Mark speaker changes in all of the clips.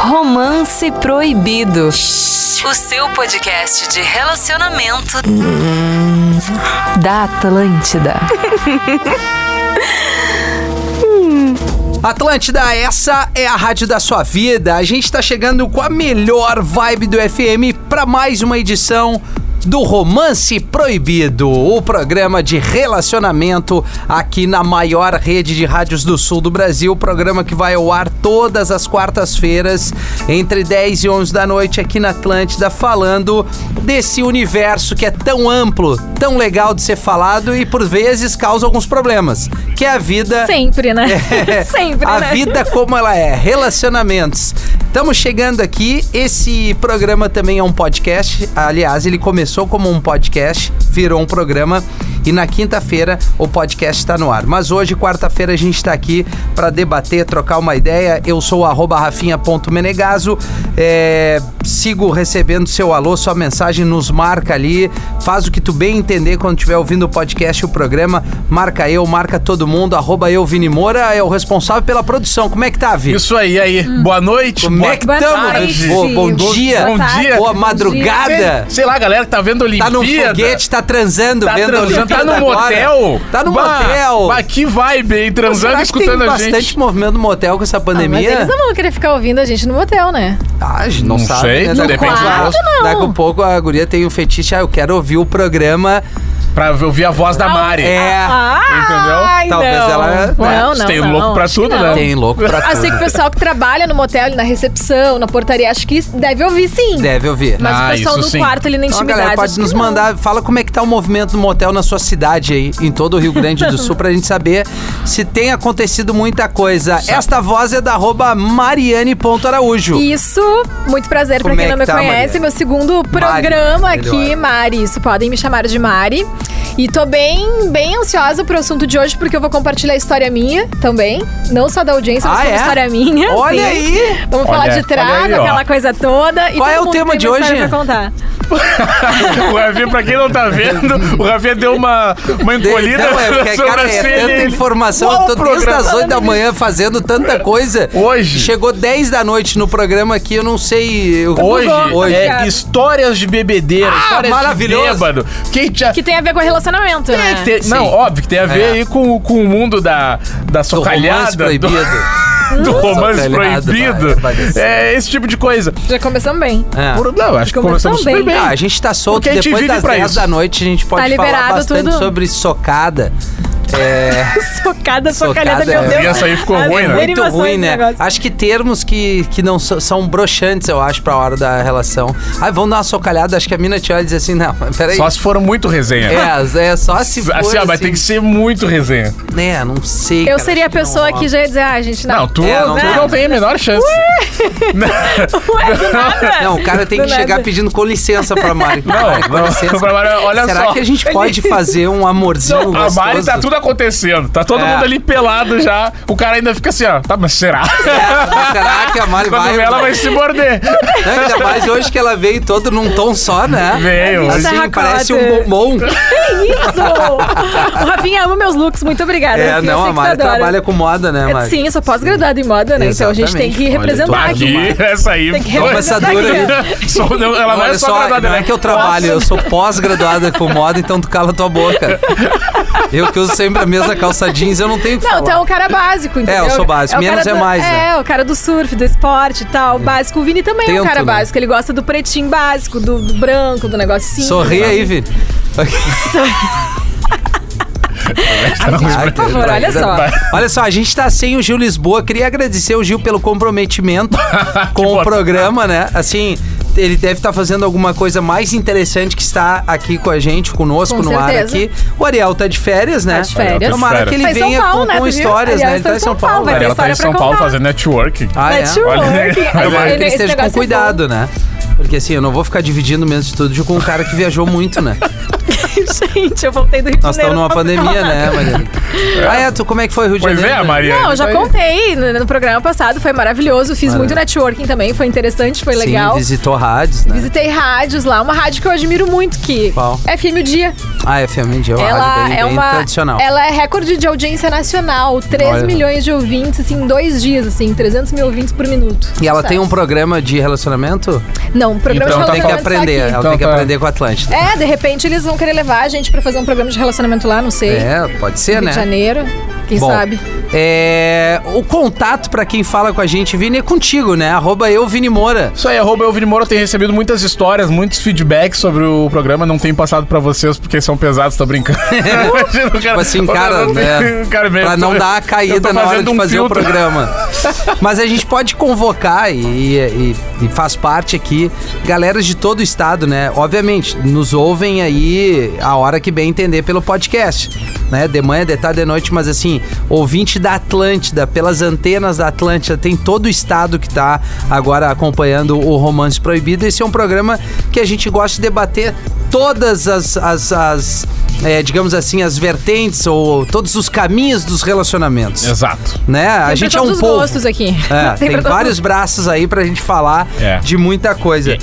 Speaker 1: Romance Proibido. O seu podcast de relacionamento da Atlântida.
Speaker 2: Atlântida, essa é a rádio da sua vida. A gente tá chegando com a melhor vibe do FM para mais uma edição do Romance Proibido, o programa de relacionamento aqui na maior rede de rádios do sul do Brasil, programa que vai ao ar todas as quartas-feiras entre 10 e 11 da noite aqui na Atlântida, falando desse universo que é tão amplo, tão legal de ser falado e por vezes causa alguns problemas, que é a vida
Speaker 3: Sempre, né?
Speaker 2: é,
Speaker 3: Sempre,
Speaker 2: a
Speaker 3: né?
Speaker 2: vida como ela é, relacionamentos. Estamos chegando aqui. Esse programa também é um podcast. Aliás, ele começou como um podcast, virou um programa e na quinta-feira o podcast está no ar. Mas hoje, quarta-feira, a gente está aqui para debater, trocar uma ideia. Eu sou o arroba rafinha.menegaso. É, sigo recebendo seu alô, sua mensagem nos marca ali. Faz o que tu bem entender quando estiver ouvindo o podcast, o programa. Marca eu, marca todo mundo. Arroba eu, Vini Moura, é o responsável pela produção. Como é que tá, Vini?
Speaker 4: Isso aí, aí.
Speaker 3: Hum.
Speaker 4: Boa noite.
Speaker 2: Como
Speaker 4: boa
Speaker 2: é que
Speaker 3: Boa
Speaker 2: tamo?
Speaker 3: tarde.
Speaker 2: Bom, bom
Speaker 3: Boa
Speaker 2: dia.
Speaker 4: Bom dia.
Speaker 2: Boa
Speaker 3: Bom
Speaker 2: madrugada.
Speaker 4: Sei lá, galera que tá vendo
Speaker 2: Tá
Speaker 4: Olimpíada.
Speaker 2: num foguete, tá transando,
Speaker 4: Tá,
Speaker 2: vendo a
Speaker 4: transando, tá
Speaker 2: Olimpíada
Speaker 4: no
Speaker 2: agora.
Speaker 4: motel.
Speaker 2: Tá no
Speaker 4: Bah,
Speaker 2: motel.
Speaker 4: Bah, que vibe, hein?
Speaker 2: Será
Speaker 4: Transando e
Speaker 2: que
Speaker 4: escutando
Speaker 2: tem
Speaker 4: a
Speaker 2: bastante
Speaker 4: gente.
Speaker 2: movimento no motel com essa
Speaker 3: Ah, mas
Speaker 2: pandemia?
Speaker 3: eles não vão querer ficar ouvindo a gente no motel, né?
Speaker 2: Ah, a gente não,
Speaker 4: Não
Speaker 2: sabe.
Speaker 4: sei,
Speaker 2: né?
Speaker 4: tudo
Speaker 2: Daqui a
Speaker 4: depende
Speaker 2: pouco
Speaker 4: do
Speaker 2: a-
Speaker 4: gosto.
Speaker 3: Claro, não.
Speaker 2: Daqui a pouco a guria tem um fetiche. Ah, eu quero ouvir o programa.
Speaker 4: Pra ouvir a voz da Mari.
Speaker 2: É.
Speaker 3: Ah,
Speaker 4: Entendeu?
Speaker 3: ai,
Speaker 2: Talvez
Speaker 3: não.
Speaker 2: ela- Tá,
Speaker 4: Ué,
Speaker 3: Não,
Speaker 4: se
Speaker 3: não,
Speaker 4: tem
Speaker 3: não,
Speaker 4: louco pra
Speaker 3: acho que
Speaker 4: tudo,
Speaker 3: ah, não.
Speaker 4: né?
Speaker 2: Tem louco pra
Speaker 3: Eu sei que
Speaker 2: tudo.
Speaker 3: o pessoal que trabalha no motel, na recepção, na portaria, acho que deve ouvir sim.
Speaker 2: Deve ouvir.
Speaker 3: Mas
Speaker 4: Ah,
Speaker 3: o pessoal
Speaker 4: isso
Speaker 3: no
Speaker 4: sim.
Speaker 3: quarto ali na
Speaker 2: Então,
Speaker 3: intimidade.
Speaker 2: galera,
Speaker 3: acho
Speaker 2: pode
Speaker 3: que
Speaker 2: nos
Speaker 3: não.
Speaker 2: mandar. Fala como é que tá o movimento no motel na sua cidade aí, em todo o Rio Grande do Sul, pra gente saber se tem acontecido muita coisa. Esta voz é da arroba mariane.araújo.
Speaker 3: Isso, muito prazer pra
Speaker 2: Como
Speaker 3: quem
Speaker 2: é
Speaker 3: não
Speaker 2: que
Speaker 3: me
Speaker 2: tá,
Speaker 3: conhece.
Speaker 2: Maria?
Speaker 3: Meu segundo programa
Speaker 2: Mari,
Speaker 3: aqui,
Speaker 2: melhor.
Speaker 3: Mari. Isso, podem me chamar de Mari. E tô bem, bem ansiosa pro assunto de hoje, porque eu vou compartilhar a história minha também. Não só da audiência, mas
Speaker 2: Ah,
Speaker 3: também
Speaker 2: é?
Speaker 3: história minha.
Speaker 2: Olha
Speaker 3: sim.
Speaker 2: aí!
Speaker 4: Olha-
Speaker 3: Vamos falar de
Speaker 4: olha
Speaker 3: trago,
Speaker 4: aí, ó.
Speaker 3: aquela coisa toda. E
Speaker 2: Qual
Speaker 3: todo
Speaker 2: é o
Speaker 3: mundo
Speaker 2: tema
Speaker 3: tem
Speaker 2: de
Speaker 3: uma história
Speaker 2: hoje?
Speaker 3: Pra contar.
Speaker 4: O Rafinha, pra quem não tá vendo, o Rafinha deu uma, uma encolhida
Speaker 2: Não, é, porque,
Speaker 4: na
Speaker 2: cara, é
Speaker 4: sobrancelha.
Speaker 2: tanta
Speaker 4: Ele-
Speaker 2: informação.
Speaker 4: Qual
Speaker 2: Eu tô desde
Speaker 4: programa?
Speaker 2: as 8 da manhã fazendo tanta coisa.
Speaker 4: Hoje.
Speaker 2: Chegou 10 da noite no programa aqui, eu não sei. eu-
Speaker 4: Hoje,
Speaker 2: Hoje.
Speaker 4: é
Speaker 3: Obrigada.
Speaker 4: histórias de bebedeira,
Speaker 2: Ah,
Speaker 4: histórias
Speaker 2: maravilhoso.
Speaker 4: de bêbado. Quem já,
Speaker 3: Que tem a ver com relacionamento,
Speaker 4: É,
Speaker 3: né?
Speaker 4: que tem-
Speaker 2: Sim.
Speaker 4: não, óbvio que tem a ver
Speaker 2: É.
Speaker 4: aí com, com o mundo da, da
Speaker 2: Do romance
Speaker 4: socalhada,
Speaker 2: proibido.
Speaker 4: do, do romance
Speaker 2: Socalhado,
Speaker 4: proibido.
Speaker 2: vai, vai descer.
Speaker 4: é esse tipo de coisa.
Speaker 3: Já começamos bem.
Speaker 2: É.
Speaker 4: Por- não, acho que começamos
Speaker 3: Começamos
Speaker 4: super
Speaker 3: bem.
Speaker 4: bem.
Speaker 2: Ah, a gente tá solto
Speaker 4: Porque a gente
Speaker 2: depois
Speaker 4: vive
Speaker 2: das
Speaker 4: pra
Speaker 2: 10
Speaker 4: isso.
Speaker 2: da noite, a gente pode falar
Speaker 3: Tá liberado
Speaker 2: bastante
Speaker 3: tudo.
Speaker 2: sobre socada. É, Socada,
Speaker 3: Socada, socalhada, meu
Speaker 2: é.
Speaker 3: Deus.
Speaker 4: E essa aí ficou
Speaker 3: As
Speaker 4: ruim, né?
Speaker 2: muito
Speaker 3: derivações
Speaker 2: ruim,
Speaker 3: do
Speaker 2: né?
Speaker 3: negócio.
Speaker 2: Acho que termos que, que não so- são broxantes, eu acho, pra hora da relação. Ai, vamos dar uma socalhada, acho que a mina te olha e diz assim, não, mas peraí.
Speaker 4: Só se foram muito resenha.
Speaker 2: É, é só se for,
Speaker 4: Assim, ó, mas tem que ser muito resenha.
Speaker 2: É, não sei,
Speaker 3: Eu
Speaker 2: cara,
Speaker 3: seria a
Speaker 2: acho que
Speaker 3: pessoa
Speaker 2: não-
Speaker 3: que já ia dizer, ah, gente,
Speaker 4: Não,
Speaker 3: não.
Speaker 4: tu,
Speaker 2: É, não
Speaker 4: não, tu
Speaker 2: dá.
Speaker 4: não tem a menor chance.
Speaker 3: Ué, é do nada.
Speaker 2: Não, o cara tem
Speaker 3: Do
Speaker 2: que chegar
Speaker 3: nada.
Speaker 2: pedindo com licença pra Mari.
Speaker 4: Não,
Speaker 2: Mari, com
Speaker 4: não,
Speaker 2: licença.
Speaker 4: Bárbara, olha
Speaker 2: Será
Speaker 4: só.
Speaker 2: que a gente pode fazer um amorzinho
Speaker 4: Não, a
Speaker 2: gostoso?
Speaker 4: Mari tá tudo acontecendo. Tá todo
Speaker 2: É.
Speaker 4: mundo ali pelado já. O cara ainda fica assim, ó. Tá, mas será?
Speaker 2: Será que a Mari
Speaker 4: Quando
Speaker 2: vai...
Speaker 4: vê, ela vai se morder.
Speaker 2: Não, ainda mais hoje que ela veio todo num tom só, né?
Speaker 4: Veio.
Speaker 2: Assim,
Speaker 3: Terracota.
Speaker 2: parece um bombom.
Speaker 3: Isso! O Rafinha ama meus looks, muito obrigada.
Speaker 2: É,
Speaker 3: Rafinha, eu
Speaker 2: não, a
Speaker 3: sei que tu
Speaker 2: Mari
Speaker 3: adora. É,
Speaker 2: trabalha com moda, né, Mari?
Speaker 3: Sim, eu sou pós-graduada em moda, né? Então a gente tem
Speaker 2: Exatamente.
Speaker 3: que
Speaker 2: Olha,
Speaker 3: representar
Speaker 2: tô
Speaker 3: aqui.
Speaker 4: Aqui, essa aí.
Speaker 3: Tem que
Speaker 4: foi-
Speaker 2: Passadora.
Speaker 4: Só- não, ela não
Speaker 2: Olha
Speaker 4: é só, graduada,
Speaker 2: não
Speaker 4: né?
Speaker 2: é que eu trabalho, eu sou pós-graduada com moda, então tu cala tua boca. Eu que uso sempre a mesma calça jeans, eu não tenho o que
Speaker 3: Não,
Speaker 2: falar.
Speaker 3: tu é um cara básico, entendeu?
Speaker 2: eu sou básico.
Speaker 3: o cara
Speaker 2: Menos é
Speaker 3: do-
Speaker 2: mais, né? Hum.
Speaker 3: É, o cara do surf, do esporte e tal. Básico. O Vini também é um
Speaker 2: Tento,
Speaker 3: cara
Speaker 2: né?
Speaker 3: básico. Ele gosta do pretinho básico, do, do branco, do negocinho.
Speaker 2: Sorri aí, Vini.
Speaker 3: Por favor, olha só.
Speaker 2: Olha só, a gente tá sem o Gil Lisboa. Queria agradecer o Gil pelo comprometimento com o
Speaker 4: bom.
Speaker 2: programa, né? Assim, ele deve estar fazendo alguma coisa mais interessante que está aqui com a gente, conosco
Speaker 3: Com
Speaker 2: no ar
Speaker 3: certeza.
Speaker 2: aqui. O Ariel tá de férias, né?
Speaker 3: Tá de férias.
Speaker 2: Tomara que ele
Speaker 3: Tá em São
Speaker 2: venha
Speaker 3: Paulo,
Speaker 2: com,
Speaker 3: né?
Speaker 2: com
Speaker 3: Tu viu?
Speaker 2: histórias, né?
Speaker 3: Ariel
Speaker 2: Ele tá em São Paulo.
Speaker 3: vai ter
Speaker 4: Ela tá
Speaker 3: história
Speaker 4: em
Speaker 3: pra
Speaker 4: São Paulo
Speaker 3: contar.
Speaker 4: fazendo networking.
Speaker 2: Ah, é?
Speaker 3: Let's work.
Speaker 4: Olha,
Speaker 3: Esse-
Speaker 4: tomara
Speaker 2: Tomara que ele
Speaker 3: esse
Speaker 2: esteja com
Speaker 3: negócio é bom.
Speaker 2: cuidado, né? Porque assim, eu não vou ficar dividindo o mesmo estúdio com um cara que viajou muito, né?
Speaker 3: Gente, eu voltei do Rio de
Speaker 2: Nós estamos
Speaker 3: Janeiro,
Speaker 2: numa
Speaker 3: não posso
Speaker 2: pandemia,
Speaker 3: falar.
Speaker 2: né, Mariana? Ah, é, tu, como é que foi o Rio de
Speaker 4: Pois
Speaker 2: Janeiro?
Speaker 4: é,
Speaker 2: né?
Speaker 4: Mariana.
Speaker 3: Não, eu já
Speaker 4: Vai-
Speaker 3: contei né, no, no programa passado, foi maravilhoso. Fiz
Speaker 2: Maravilha.
Speaker 3: muito networking também, foi interessante, foi
Speaker 2: Sim,
Speaker 3: legal.
Speaker 2: visitou rádios, né?
Speaker 3: Visitei rádios lá, uma rádio que eu admiro muito, que
Speaker 2: Qual?
Speaker 3: é FM o Dia.
Speaker 2: Ah, é Femindia, é uma rádio
Speaker 3: ela
Speaker 2: bem,
Speaker 3: é
Speaker 2: bem
Speaker 3: uma.
Speaker 2: tradicional.
Speaker 3: Ela é recorde de audiência nacional. 3
Speaker 2: Olha.
Speaker 3: milhões de ouvintes assim, em dois dias, assim, 300 mil ouvintes por minuto.
Speaker 2: E ela
Speaker 3: Sucesso.
Speaker 2: tem um programa de relacionamento?
Speaker 3: Não, programa
Speaker 4: Então
Speaker 3: de
Speaker 4: tá
Speaker 2: tem que
Speaker 3: relacionamento só
Speaker 2: aprender,
Speaker 3: aqui.
Speaker 2: ela
Speaker 4: Então
Speaker 2: tem que
Speaker 4: tá.
Speaker 2: aprender com a Atlântida.
Speaker 3: É, de repente eles vão querer levar a gente pra fazer um programa de relacionamento lá, não sei.
Speaker 2: É, pode ser,
Speaker 3: Rio
Speaker 2: né?
Speaker 3: de Janeiro, quem
Speaker 2: Bom,
Speaker 3: sabe?
Speaker 2: É, o contato pra quem fala com a gente, Vini, é contigo, né? Arroba eu, Vini Moura.
Speaker 4: Isso aí, arroba eu, Vini Moura, tem recebido muitas histórias, muitos feedbacks sobre o programa. Não tenho passado pra vocês porque são pesados, tô brincando. Imagina o
Speaker 2: Tipo assim, cara, né?
Speaker 4: o cara mesmo,
Speaker 2: pra não
Speaker 4: tô-
Speaker 2: dar a
Speaker 4: eu tô
Speaker 2: caída na hora
Speaker 4: fazendo
Speaker 2: de
Speaker 4: um
Speaker 2: fazer o
Speaker 4: filtro.
Speaker 2: programa. Mas a gente pode convocar e, e- e faz parte aqui, galeras de todo o estado, né? Obviamente, nos ouvem aí a hora que bem entender pelo podcast. Né? De manhã, de tarde, de noite, mas assim, ouvinte da Atlântida, pelas antenas da Atlântida, tem todo o estado que tá agora acompanhando o Romance Proibido. Esse é um programa que a gente gosta de debater todas as, as- as, é, digamos assim, as vertentes ou todos os caminhos dos relacionamentos.
Speaker 4: Exato.
Speaker 2: Né? A
Speaker 3: Tem
Speaker 2: gente
Speaker 3: pra
Speaker 2: é um
Speaker 3: todos os
Speaker 2: povo.
Speaker 3: gostos aqui.
Speaker 2: É, tem
Speaker 3: pra todos
Speaker 2: vários braços aí pra gente falar
Speaker 4: É.
Speaker 2: de muita coisa.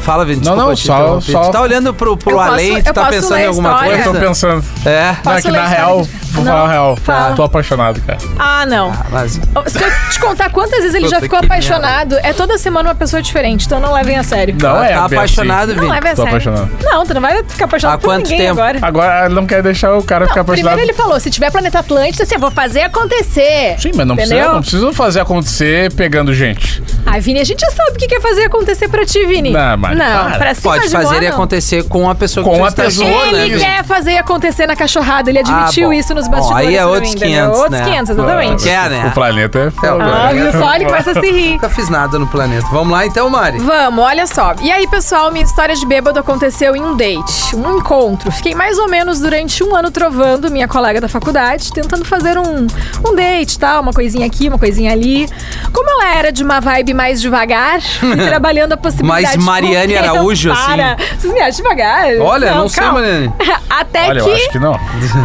Speaker 2: Fala, Vini,
Speaker 4: Não,
Speaker 2: desculpa
Speaker 4: não,
Speaker 2: te
Speaker 4: só-
Speaker 2: interromper.
Speaker 4: só-
Speaker 2: Tu tá olhando pro, pro
Speaker 3: Eu posso-
Speaker 2: além, tu
Speaker 3: eu
Speaker 2: tá
Speaker 3: posso
Speaker 2: pensando
Speaker 3: ler
Speaker 2: em
Speaker 3: a
Speaker 2: alguma
Speaker 3: história?
Speaker 4: Eu tô
Speaker 2: coisa?
Speaker 4: pensando.
Speaker 2: É.
Speaker 4: Não,
Speaker 3: Posso
Speaker 4: é que na
Speaker 3: ler
Speaker 4: real,
Speaker 3: história?
Speaker 4: vou
Speaker 3: Não,
Speaker 4: falar a real.
Speaker 3: fala.
Speaker 4: Tô apaixonado, cara.
Speaker 3: Ah, não.
Speaker 2: Ah, mas-
Speaker 3: Se eu te contar quantas vezes ele já
Speaker 2: Puta
Speaker 3: ficou
Speaker 2: que
Speaker 3: apaixonado, é toda semana uma pessoa diferente, então não levem a sério.
Speaker 4: Não
Speaker 2: Ela
Speaker 4: é
Speaker 2: Tá
Speaker 4: bem
Speaker 2: apaixonado,
Speaker 3: Não
Speaker 2: Vini.
Speaker 3: leva a
Speaker 4: Tô
Speaker 3: sério.
Speaker 4: apaixonado.
Speaker 3: Não, tu não vai ficar apaixonado
Speaker 2: Há
Speaker 3: por
Speaker 2: quanto
Speaker 3: ninguém
Speaker 2: tempo?
Speaker 3: agora.
Speaker 4: Agora ele não quer deixar o cara ficar
Speaker 3: Não,
Speaker 4: apaixonado.
Speaker 3: primeiro ele falou, se tiver Planeta Atlântida, assim, eu vou fazer acontecer.
Speaker 4: Sim, mas não
Speaker 3: Entendeu?
Speaker 4: precisa, não precisa fazer acontecer pegando gente.
Speaker 3: Ah, Vini, a gente já sabe o que quer fazer acontecer pra ti, Vini.
Speaker 4: Não, mas
Speaker 3: Não,
Speaker 4: para.
Speaker 3: pra cima
Speaker 2: Pode
Speaker 3: é de
Speaker 2: fazer
Speaker 3: boa,
Speaker 2: e
Speaker 3: não.
Speaker 2: acontecer com a pessoa
Speaker 4: Com
Speaker 2: que tu
Speaker 4: a
Speaker 2: está
Speaker 4: pessoa,
Speaker 2: junto,
Speaker 4: né,
Speaker 3: Ele
Speaker 4: Vini?
Speaker 3: quer fazer acontecer na cachorrada, ele admitiu
Speaker 2: Ah, bom.
Speaker 3: isso nos
Speaker 2: Bom,
Speaker 3: bastidores.
Speaker 2: aí é
Speaker 3: do
Speaker 2: outros
Speaker 3: Inter,
Speaker 2: 500,
Speaker 3: Outros
Speaker 2: né?
Speaker 3: 500, exatamente.
Speaker 2: Quer, né?
Speaker 4: O planeta é. foda.
Speaker 2: Ah,
Speaker 3: Ah, viu só? Ele começa a se rir.
Speaker 2: Nunca fiz nada no planeta. Vamos lá então, Mari.
Speaker 3: Vamos, olha só. E aí, pessoal, minha história de bêbado aconteceu em um date, um encontro. Fiquei mais ou menos durante um ano trovando minha colega da faculdade, tentando fazer um, um date, tal, uma coisinha aqui, uma coisinha ali. Como ela era de uma vibe mais devagar, fui trabalhando a possibilidade.
Speaker 2: Mais Mariane
Speaker 3: com que eu
Speaker 2: Araújo, assim.
Speaker 3: para. Vocês me acham devagar?
Speaker 2: Olha, não, sei,
Speaker 3: calma.
Speaker 2: Mariane.
Speaker 3: Até
Speaker 4: Olha, eu
Speaker 3: que.
Speaker 4: acho que não.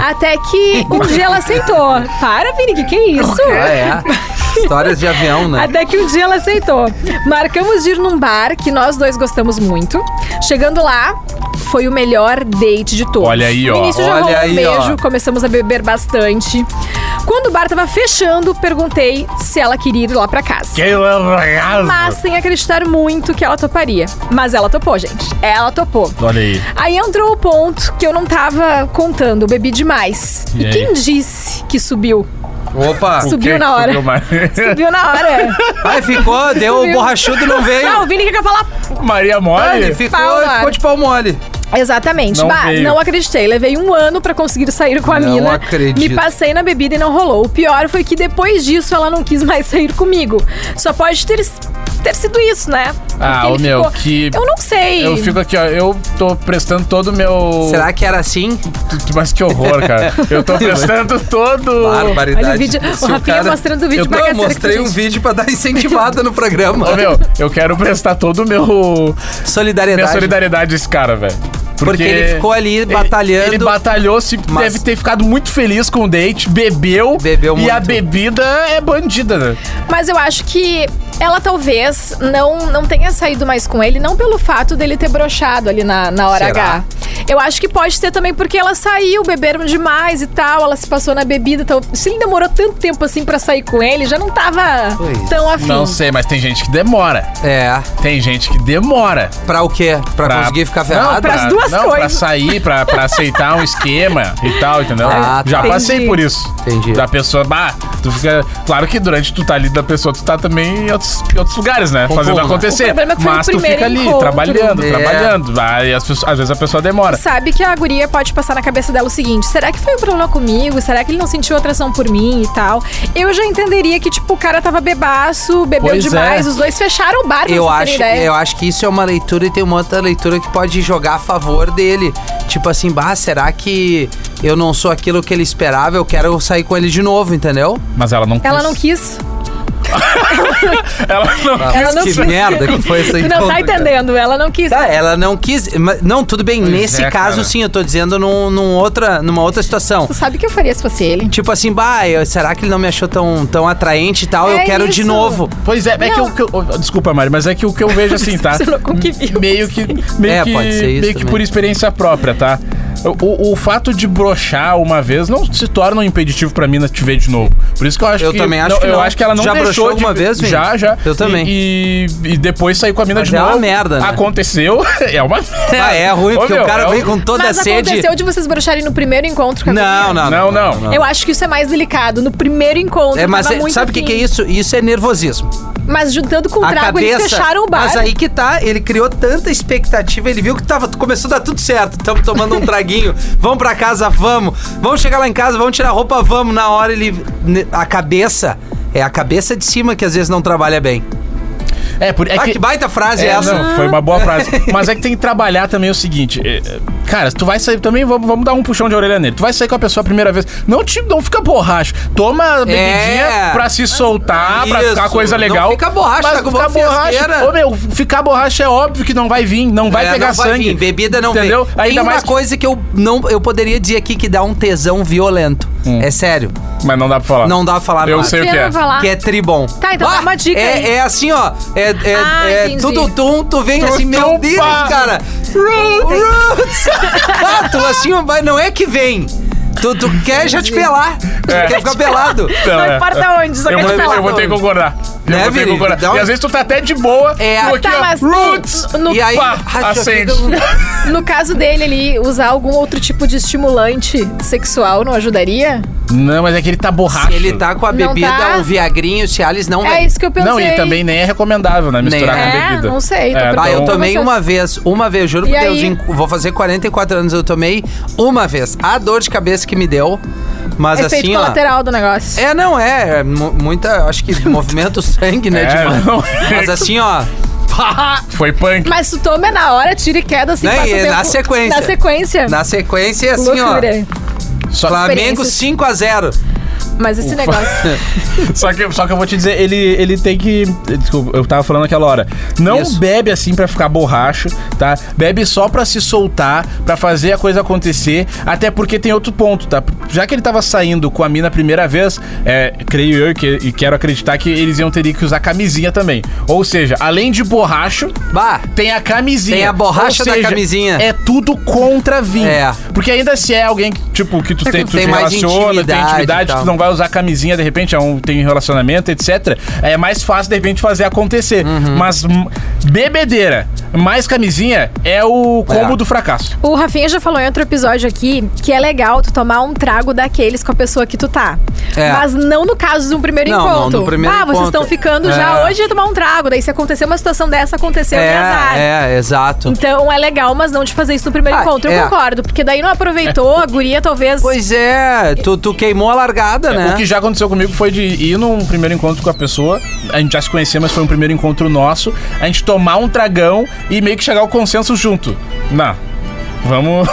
Speaker 3: Até que um dia ela aceitou. Para, Vini, que que é isso?
Speaker 2: Ah, é. Histórias de avião, né?
Speaker 3: Até que um dia ela aceitou. Marcamos de ir num bar que nós dois gostamos muito. Chegando lá, foi o melhor date de todos.
Speaker 4: Olha aí, ó.
Speaker 3: No início já
Speaker 2: Olha
Speaker 3: rolou um
Speaker 2: aí,
Speaker 3: beijo,
Speaker 2: ó.
Speaker 3: começamos a beber bastante. Quando o bar tava fechando, perguntei se ela queria ir lá pra casa.
Speaker 4: Que largado.
Speaker 3: Mas sem acreditar muito que ela toparia. Mas ela topou, gente. Ela topou.
Speaker 4: Olha aí.
Speaker 3: Aí entrou o ponto que eu não tava contando, eu bebi demais.
Speaker 4: E
Speaker 3: E,
Speaker 4: aí?
Speaker 3: quem disse que subiu?
Speaker 2: Opa.
Speaker 4: O
Speaker 3: Subiu
Speaker 4: que
Speaker 3: na hora.
Speaker 4: subiu mais?
Speaker 3: Subiu na hora.
Speaker 2: Ai, ficou, deu o
Speaker 3: Subiu.
Speaker 2: borrachudo não
Speaker 3: Não,
Speaker 2: veio.
Speaker 4: um
Speaker 3: o Vini que quer falar
Speaker 4: Maria Mole?
Speaker 3: Ah,
Speaker 2: Ele ficou,
Speaker 3: pau na
Speaker 2: ficou
Speaker 3: área.
Speaker 2: de pau mole.
Speaker 3: Exatamente.
Speaker 4: Não
Speaker 3: Bah,
Speaker 4: veio.
Speaker 3: não acreditei. Levei um ano pra conseguir sair com a
Speaker 2: Não
Speaker 3: mina.
Speaker 2: acredito.
Speaker 3: Me passei na bebida e não rolou. O pior foi que depois disso ela não quis mais sair comigo. Só pode ter, ter sido isso, né?
Speaker 4: Ah,
Speaker 3: Porque
Speaker 4: ô,
Speaker 3: ele
Speaker 4: meu,
Speaker 3: ficou-
Speaker 4: que-
Speaker 3: Eu não sei.
Speaker 4: Eu fico aqui, ó. Eu tô prestando todo o meu.
Speaker 2: Será que era assim?
Speaker 4: Tu- Mas que horror, cara. Eu tô prestando todo.
Speaker 2: Barbaridade.
Speaker 3: Olha o vídeo.
Speaker 2: Se
Speaker 3: O Rafinha mostrando o vídeo
Speaker 2: eu
Speaker 3: pra
Speaker 2: não,
Speaker 3: caceta que
Speaker 2: mostrei
Speaker 3: tem
Speaker 2: um
Speaker 3: gente.
Speaker 2: vídeo pra dar incentivada no
Speaker 4: Ô,
Speaker 2: programa.
Speaker 4: meu, eu quero prestar todo o meu. Minha
Speaker 2: Solidariedade.
Speaker 4: solidariedade a esse cara, velho.
Speaker 2: Porque ele ficou ali batalhando.
Speaker 4: Ele, batalhou, se
Speaker 2: Mas-
Speaker 4: deve ter ficado muito feliz com o date, bebeu.
Speaker 2: Bebeu
Speaker 4: e
Speaker 2: muito.
Speaker 4: a bebida é bandida, né?
Speaker 3: Mas eu acho que ela talvez não, não tenha saído mais com ele, não pelo fato dele ter brochado ali na, na hora
Speaker 2: Será?
Speaker 3: H. Eu acho que pode ser também porque ela saiu, beberam demais e tal, ela se passou na bebida. Então, se ele demorou tanto tempo assim pra sair com ele, já não tava
Speaker 2: Pois.
Speaker 3: tão afim.
Speaker 4: Não sei, mas tem gente que demora.
Speaker 2: É.
Speaker 4: Tem gente que demora.
Speaker 2: Pra o quê? Pra, conseguir ficar
Speaker 4: Não,
Speaker 2: ferrado?
Speaker 4: pra,
Speaker 3: Pras duas
Speaker 4: não, pra
Speaker 3: coisas.
Speaker 4: sair, pra, pra aceitar um esquema e tal, entendeu?
Speaker 2: Ah,
Speaker 4: Já
Speaker 2: tá.
Speaker 4: passei
Speaker 3: Entendi.
Speaker 4: por isso.
Speaker 2: Entendi.
Speaker 4: Da pessoa, bah, tu fica. Claro que durante tu tá ali da pessoa, tu tá também em outros, em outros lugares, né?
Speaker 2: Com
Speaker 4: Fazendo
Speaker 2: tudo, né?
Speaker 4: acontecer.
Speaker 3: O problema é que foi o
Speaker 4: Mas tu
Speaker 3: primeiro
Speaker 4: fica ali,
Speaker 3: encontro.
Speaker 4: trabalhando,
Speaker 2: É.
Speaker 4: trabalhando. Vai, e as pessoas- às vezes a pessoa demora.
Speaker 3: Sabe que a guria pode passar na cabeça dela o seguinte: será que foi um problema comigo? Será que ele não sentiu atração por mim e tal? Eu já entenderia que, tipo, o cara tava bebaço, bebeu
Speaker 4: Pois
Speaker 3: demais,
Speaker 4: é.
Speaker 3: os dois fecharam o bar, pra
Speaker 2: Eu
Speaker 3: vocês terem
Speaker 2: acho,
Speaker 3: ideia.
Speaker 2: eu acho que isso é uma leitura e tem uma outra leitura que pode jogar a favor dele. Tipo assim, bah, será que eu não sou aquilo que ele esperava? Eu quero sair com ele de novo, entendeu?
Speaker 4: Mas ela não
Speaker 3: Ela não quis.
Speaker 4: Ela não
Speaker 3: Ela não
Speaker 2: que
Speaker 3: quis-
Speaker 2: merda que foi essa
Speaker 3: Tu não tá
Speaker 2: encontro, cara.
Speaker 3: entendendo, ela não quis.
Speaker 2: Tá, ela não quis. mas- Não, tudo bem.
Speaker 4: Pois
Speaker 2: nesse
Speaker 4: é,
Speaker 2: caso,
Speaker 4: cara.
Speaker 2: sim, eu tô dizendo num, num outra, numa outra situação.
Speaker 3: Tu sabe o que eu faria se fosse ele?
Speaker 2: Tipo assim, bah, eu- será que ele não me achou tão, tão atraente e tal? eu
Speaker 3: É
Speaker 2: quero de
Speaker 3: isso.
Speaker 2: novo.
Speaker 4: Pois é, é que
Speaker 3: Não.
Speaker 4: o que eu, oh, Desculpa, Mari, mas é que o que eu vejo assim, tá?
Speaker 3: Decepcionou com o que viu.
Speaker 4: Meio que. Meio
Speaker 2: É,
Speaker 4: que,
Speaker 2: pode ser isso
Speaker 4: Meio que
Speaker 2: também.
Speaker 4: por experiência própria, tá? O, o- o fato de brochar uma vez não se torna um impeditivo pra mina te ver de novo. Por isso que eu acho
Speaker 2: Eu
Speaker 4: que.
Speaker 2: também acho que
Speaker 4: Eu
Speaker 2: não.
Speaker 4: acho que ela não
Speaker 2: Já
Speaker 4: deixou
Speaker 2: broxou
Speaker 4: de-
Speaker 2: uma vez, Vini?
Speaker 4: Já, já.
Speaker 2: Eu também.
Speaker 4: E, e, e depois sair com a mina
Speaker 2: Mas
Speaker 4: de
Speaker 2: é
Speaker 4: novo.
Speaker 2: uma merda, né?
Speaker 4: Aconteceu. É uma merda.
Speaker 2: Ah, é ruim,
Speaker 4: Ô,
Speaker 2: porque
Speaker 4: meu,
Speaker 2: o cara
Speaker 4: é um-
Speaker 2: vem com toda
Speaker 3: Mas
Speaker 2: a sede.
Speaker 3: aconteceu de vocês broxarem no primeiro encontro com a
Speaker 2: Não,
Speaker 3: guria?
Speaker 2: não,
Speaker 4: Não, não.
Speaker 3: Eu acho que isso é mais delicado. No primeiro encontro,
Speaker 2: É, mas
Speaker 3: tava
Speaker 2: é-
Speaker 3: muito
Speaker 2: sabe o que,
Speaker 3: afim.
Speaker 2: que é isso? Isso é nervosismo.
Speaker 3: Mas juntando com o
Speaker 2: a
Speaker 3: trago,
Speaker 2: cabeça.
Speaker 3: eles fecharam o bar.
Speaker 2: Mas aí que tá, ele criou tanta expectativa, ele viu que tava, começou a dar tudo certo. Tamo tomando um traguinho, vamos pra casa, vamos. Vamos chegar lá em casa, vamos tirar a roupa, vamos. Na hora ele. ne- A cabeça. É a cabeça de cima que às vezes não trabalha bem.
Speaker 4: É, por, é
Speaker 2: ah, que, baita frase é,
Speaker 4: É,
Speaker 2: essa.
Speaker 4: não, foi uma boa frase. Mas é que tem que trabalhar também o seguinte. é, é, Cara, se tu vai sair também, vamos, vamos dar um puxão de orelha nele. Tu vai sair com a pessoa a primeira vez. Não, te, não fica borracho. Toma a bebidinha pra se soltar, pra
Speaker 2: É. Isso.
Speaker 4: ficar coisa
Speaker 2: Não
Speaker 4: legal.
Speaker 2: fica borracha,
Speaker 4: mas
Speaker 2: tá com
Speaker 4: ficar
Speaker 2: mão fiesteira.
Speaker 4: borracha. Ô, meu, ficar borracha é óbvio que não vai vir, não vai
Speaker 2: É,
Speaker 4: pegar
Speaker 2: não
Speaker 4: sangue.
Speaker 2: vir, bebida não
Speaker 4: Entendeu?
Speaker 2: vem.
Speaker 4: Ainda
Speaker 2: Tem
Speaker 4: mais.
Speaker 2: uma coisa que eu não eu poderia dizer aqui que dá um tesão violento.
Speaker 4: Hum.
Speaker 2: É sério.
Speaker 4: Mas não dá pra falar.
Speaker 2: Não dá pra falar
Speaker 4: Eu
Speaker 2: nada.
Speaker 4: sei o que
Speaker 3: Pena
Speaker 4: é.
Speaker 3: falar.
Speaker 2: Que é tribom.
Speaker 3: Tá, então dá uma dica aí.
Speaker 2: É, é assim, ó. É, é,
Speaker 3: Ah,
Speaker 2: é
Speaker 3: entendi.
Speaker 2: tudo tum, tu vem assim, meu
Speaker 4: tum,
Speaker 2: Deus,
Speaker 4: pá.
Speaker 2: cara. Roots. ah, tu assim, ó, mas não é que vem. Tu, tu quer já te pelar. Tu
Speaker 4: É.
Speaker 2: quer ficar pelado.
Speaker 4: Não,
Speaker 3: Não
Speaker 4: é.
Speaker 3: importa onde, só
Speaker 4: Eu
Speaker 3: quer
Speaker 4: vou,
Speaker 3: te falar.
Speaker 4: eu vou ter que concordar.
Speaker 2: Né,
Speaker 4: eu vou ter que
Speaker 2: Vini?
Speaker 4: concordar.
Speaker 2: Dá um-
Speaker 4: E às vezes tu tá até de boa.
Speaker 2: É.
Speaker 4: tu aqui,
Speaker 3: Tá,
Speaker 4: ó,
Speaker 3: mas no-
Speaker 4: Roots!
Speaker 3: no-
Speaker 2: E aí,
Speaker 4: Pá,
Speaker 2: ah, já
Speaker 4: acende.
Speaker 2: fica-
Speaker 3: No caso dele, ele usar algum outro tipo de estimulante sexual não ajudaria?
Speaker 4: Não, mas é que ele tá borracho.
Speaker 2: Se ele tá com a
Speaker 3: Não
Speaker 2: bebida,
Speaker 3: tá?
Speaker 2: um viagrinho, o Cialis não
Speaker 3: É
Speaker 2: vem.
Speaker 3: isso que eu pensei.
Speaker 4: Não, e também nem é recomendável, né? Misturar
Speaker 2: Nem é.
Speaker 4: com
Speaker 3: É,
Speaker 4: bebida.
Speaker 3: não sei, tô
Speaker 2: Bah, eu
Speaker 3: Então-
Speaker 2: tomei
Speaker 3: Vocês-
Speaker 2: uma vez, uma vez, juro
Speaker 3: E
Speaker 2: por Deus,
Speaker 3: aí?
Speaker 2: em- vou fazer 44 anos, eu tomei uma vez. A dor de cabeça que me deu, mas
Speaker 3: Efeito
Speaker 2: assim, ó.
Speaker 3: colateral do negócio.
Speaker 2: É, não, é. é mu- muita, acho que movimento sangue, né?
Speaker 4: É,
Speaker 2: demais.
Speaker 4: não é.
Speaker 2: Mas assim, ó. pá,
Speaker 4: Foi punk.
Speaker 3: Mas tu toma na hora, tira e queda, assim,
Speaker 2: Né,
Speaker 3: passa
Speaker 2: e
Speaker 3: o tempo-
Speaker 2: na sequência.
Speaker 3: Na sequência.
Speaker 2: na sequência, assim, ó.
Speaker 3: Loucura.
Speaker 4: Só,
Speaker 2: Flamengo
Speaker 3: Experiência.
Speaker 2: 5x0.
Speaker 3: Mas esse negócio...
Speaker 4: só, que, só que eu vou te dizer, ele, ele tem que. Desculpa, eu tava falando aquela hora. Não
Speaker 2: Isso.
Speaker 4: bebe assim pra ficar borracho, tá? Bebe só pra se soltar, pra fazer a coisa acontecer. Até porque tem outro ponto, tá? Já que ele tava saindo com a mina a primeira vez, é, creio eu que, e quero acreditar que eles iam ter que usar camisinha também. Ou seja, além de borracho,
Speaker 2: Bah.
Speaker 4: Tem a camisinha.
Speaker 2: Tem a borracha
Speaker 4: Ou
Speaker 2: da camisinha.
Speaker 4: É tudo contra vinho.
Speaker 2: É.
Speaker 4: Porque ainda se é alguém que, tipo, que tu, tem, tu
Speaker 2: Tem
Speaker 4: te
Speaker 2: mais
Speaker 4: relaciona,
Speaker 2: intimidade
Speaker 4: tem
Speaker 2: e
Speaker 4: intimidade,
Speaker 2: tal.
Speaker 4: tu não vai usar camisinha, de repente, é um, tem relacionamento, etc. É mais fácil, de repente, fazer acontecer.
Speaker 2: Uhum.
Speaker 4: Mas hum, bebedeira mais camisinha é o combo
Speaker 2: É.
Speaker 4: do fracasso.
Speaker 3: O Rafinha já falou em outro episódio aqui que é legal tu tomar um trago daqueles com a pessoa que tu tá.
Speaker 2: É.
Speaker 3: Mas não no caso de um primeiro
Speaker 2: Não, não,
Speaker 3: encontro.
Speaker 2: no primeiro
Speaker 3: ah, vocês
Speaker 2: encontro.
Speaker 3: estão ficando
Speaker 2: É.
Speaker 3: já hoje de tomar um trago. Daí se acontecer uma situação dessa, aconteceu é, azar.
Speaker 2: É, é, exato.
Speaker 3: Então é legal, mas não de fazer isso no primeiro
Speaker 2: Ah,
Speaker 3: encontro. Eu
Speaker 2: é.
Speaker 3: concordo, porque daí não aproveitou, a guria talvez.
Speaker 2: Pois é, tu, tu queimou a largada, né?
Speaker 4: É, O que já aconteceu comigo foi de ir num primeiro encontro com a pessoa, a gente já se conhecia, mas foi um primeiro encontro nosso, a gente tomar um tragão e meio que chegar ao consenso junto. Não. Vamos.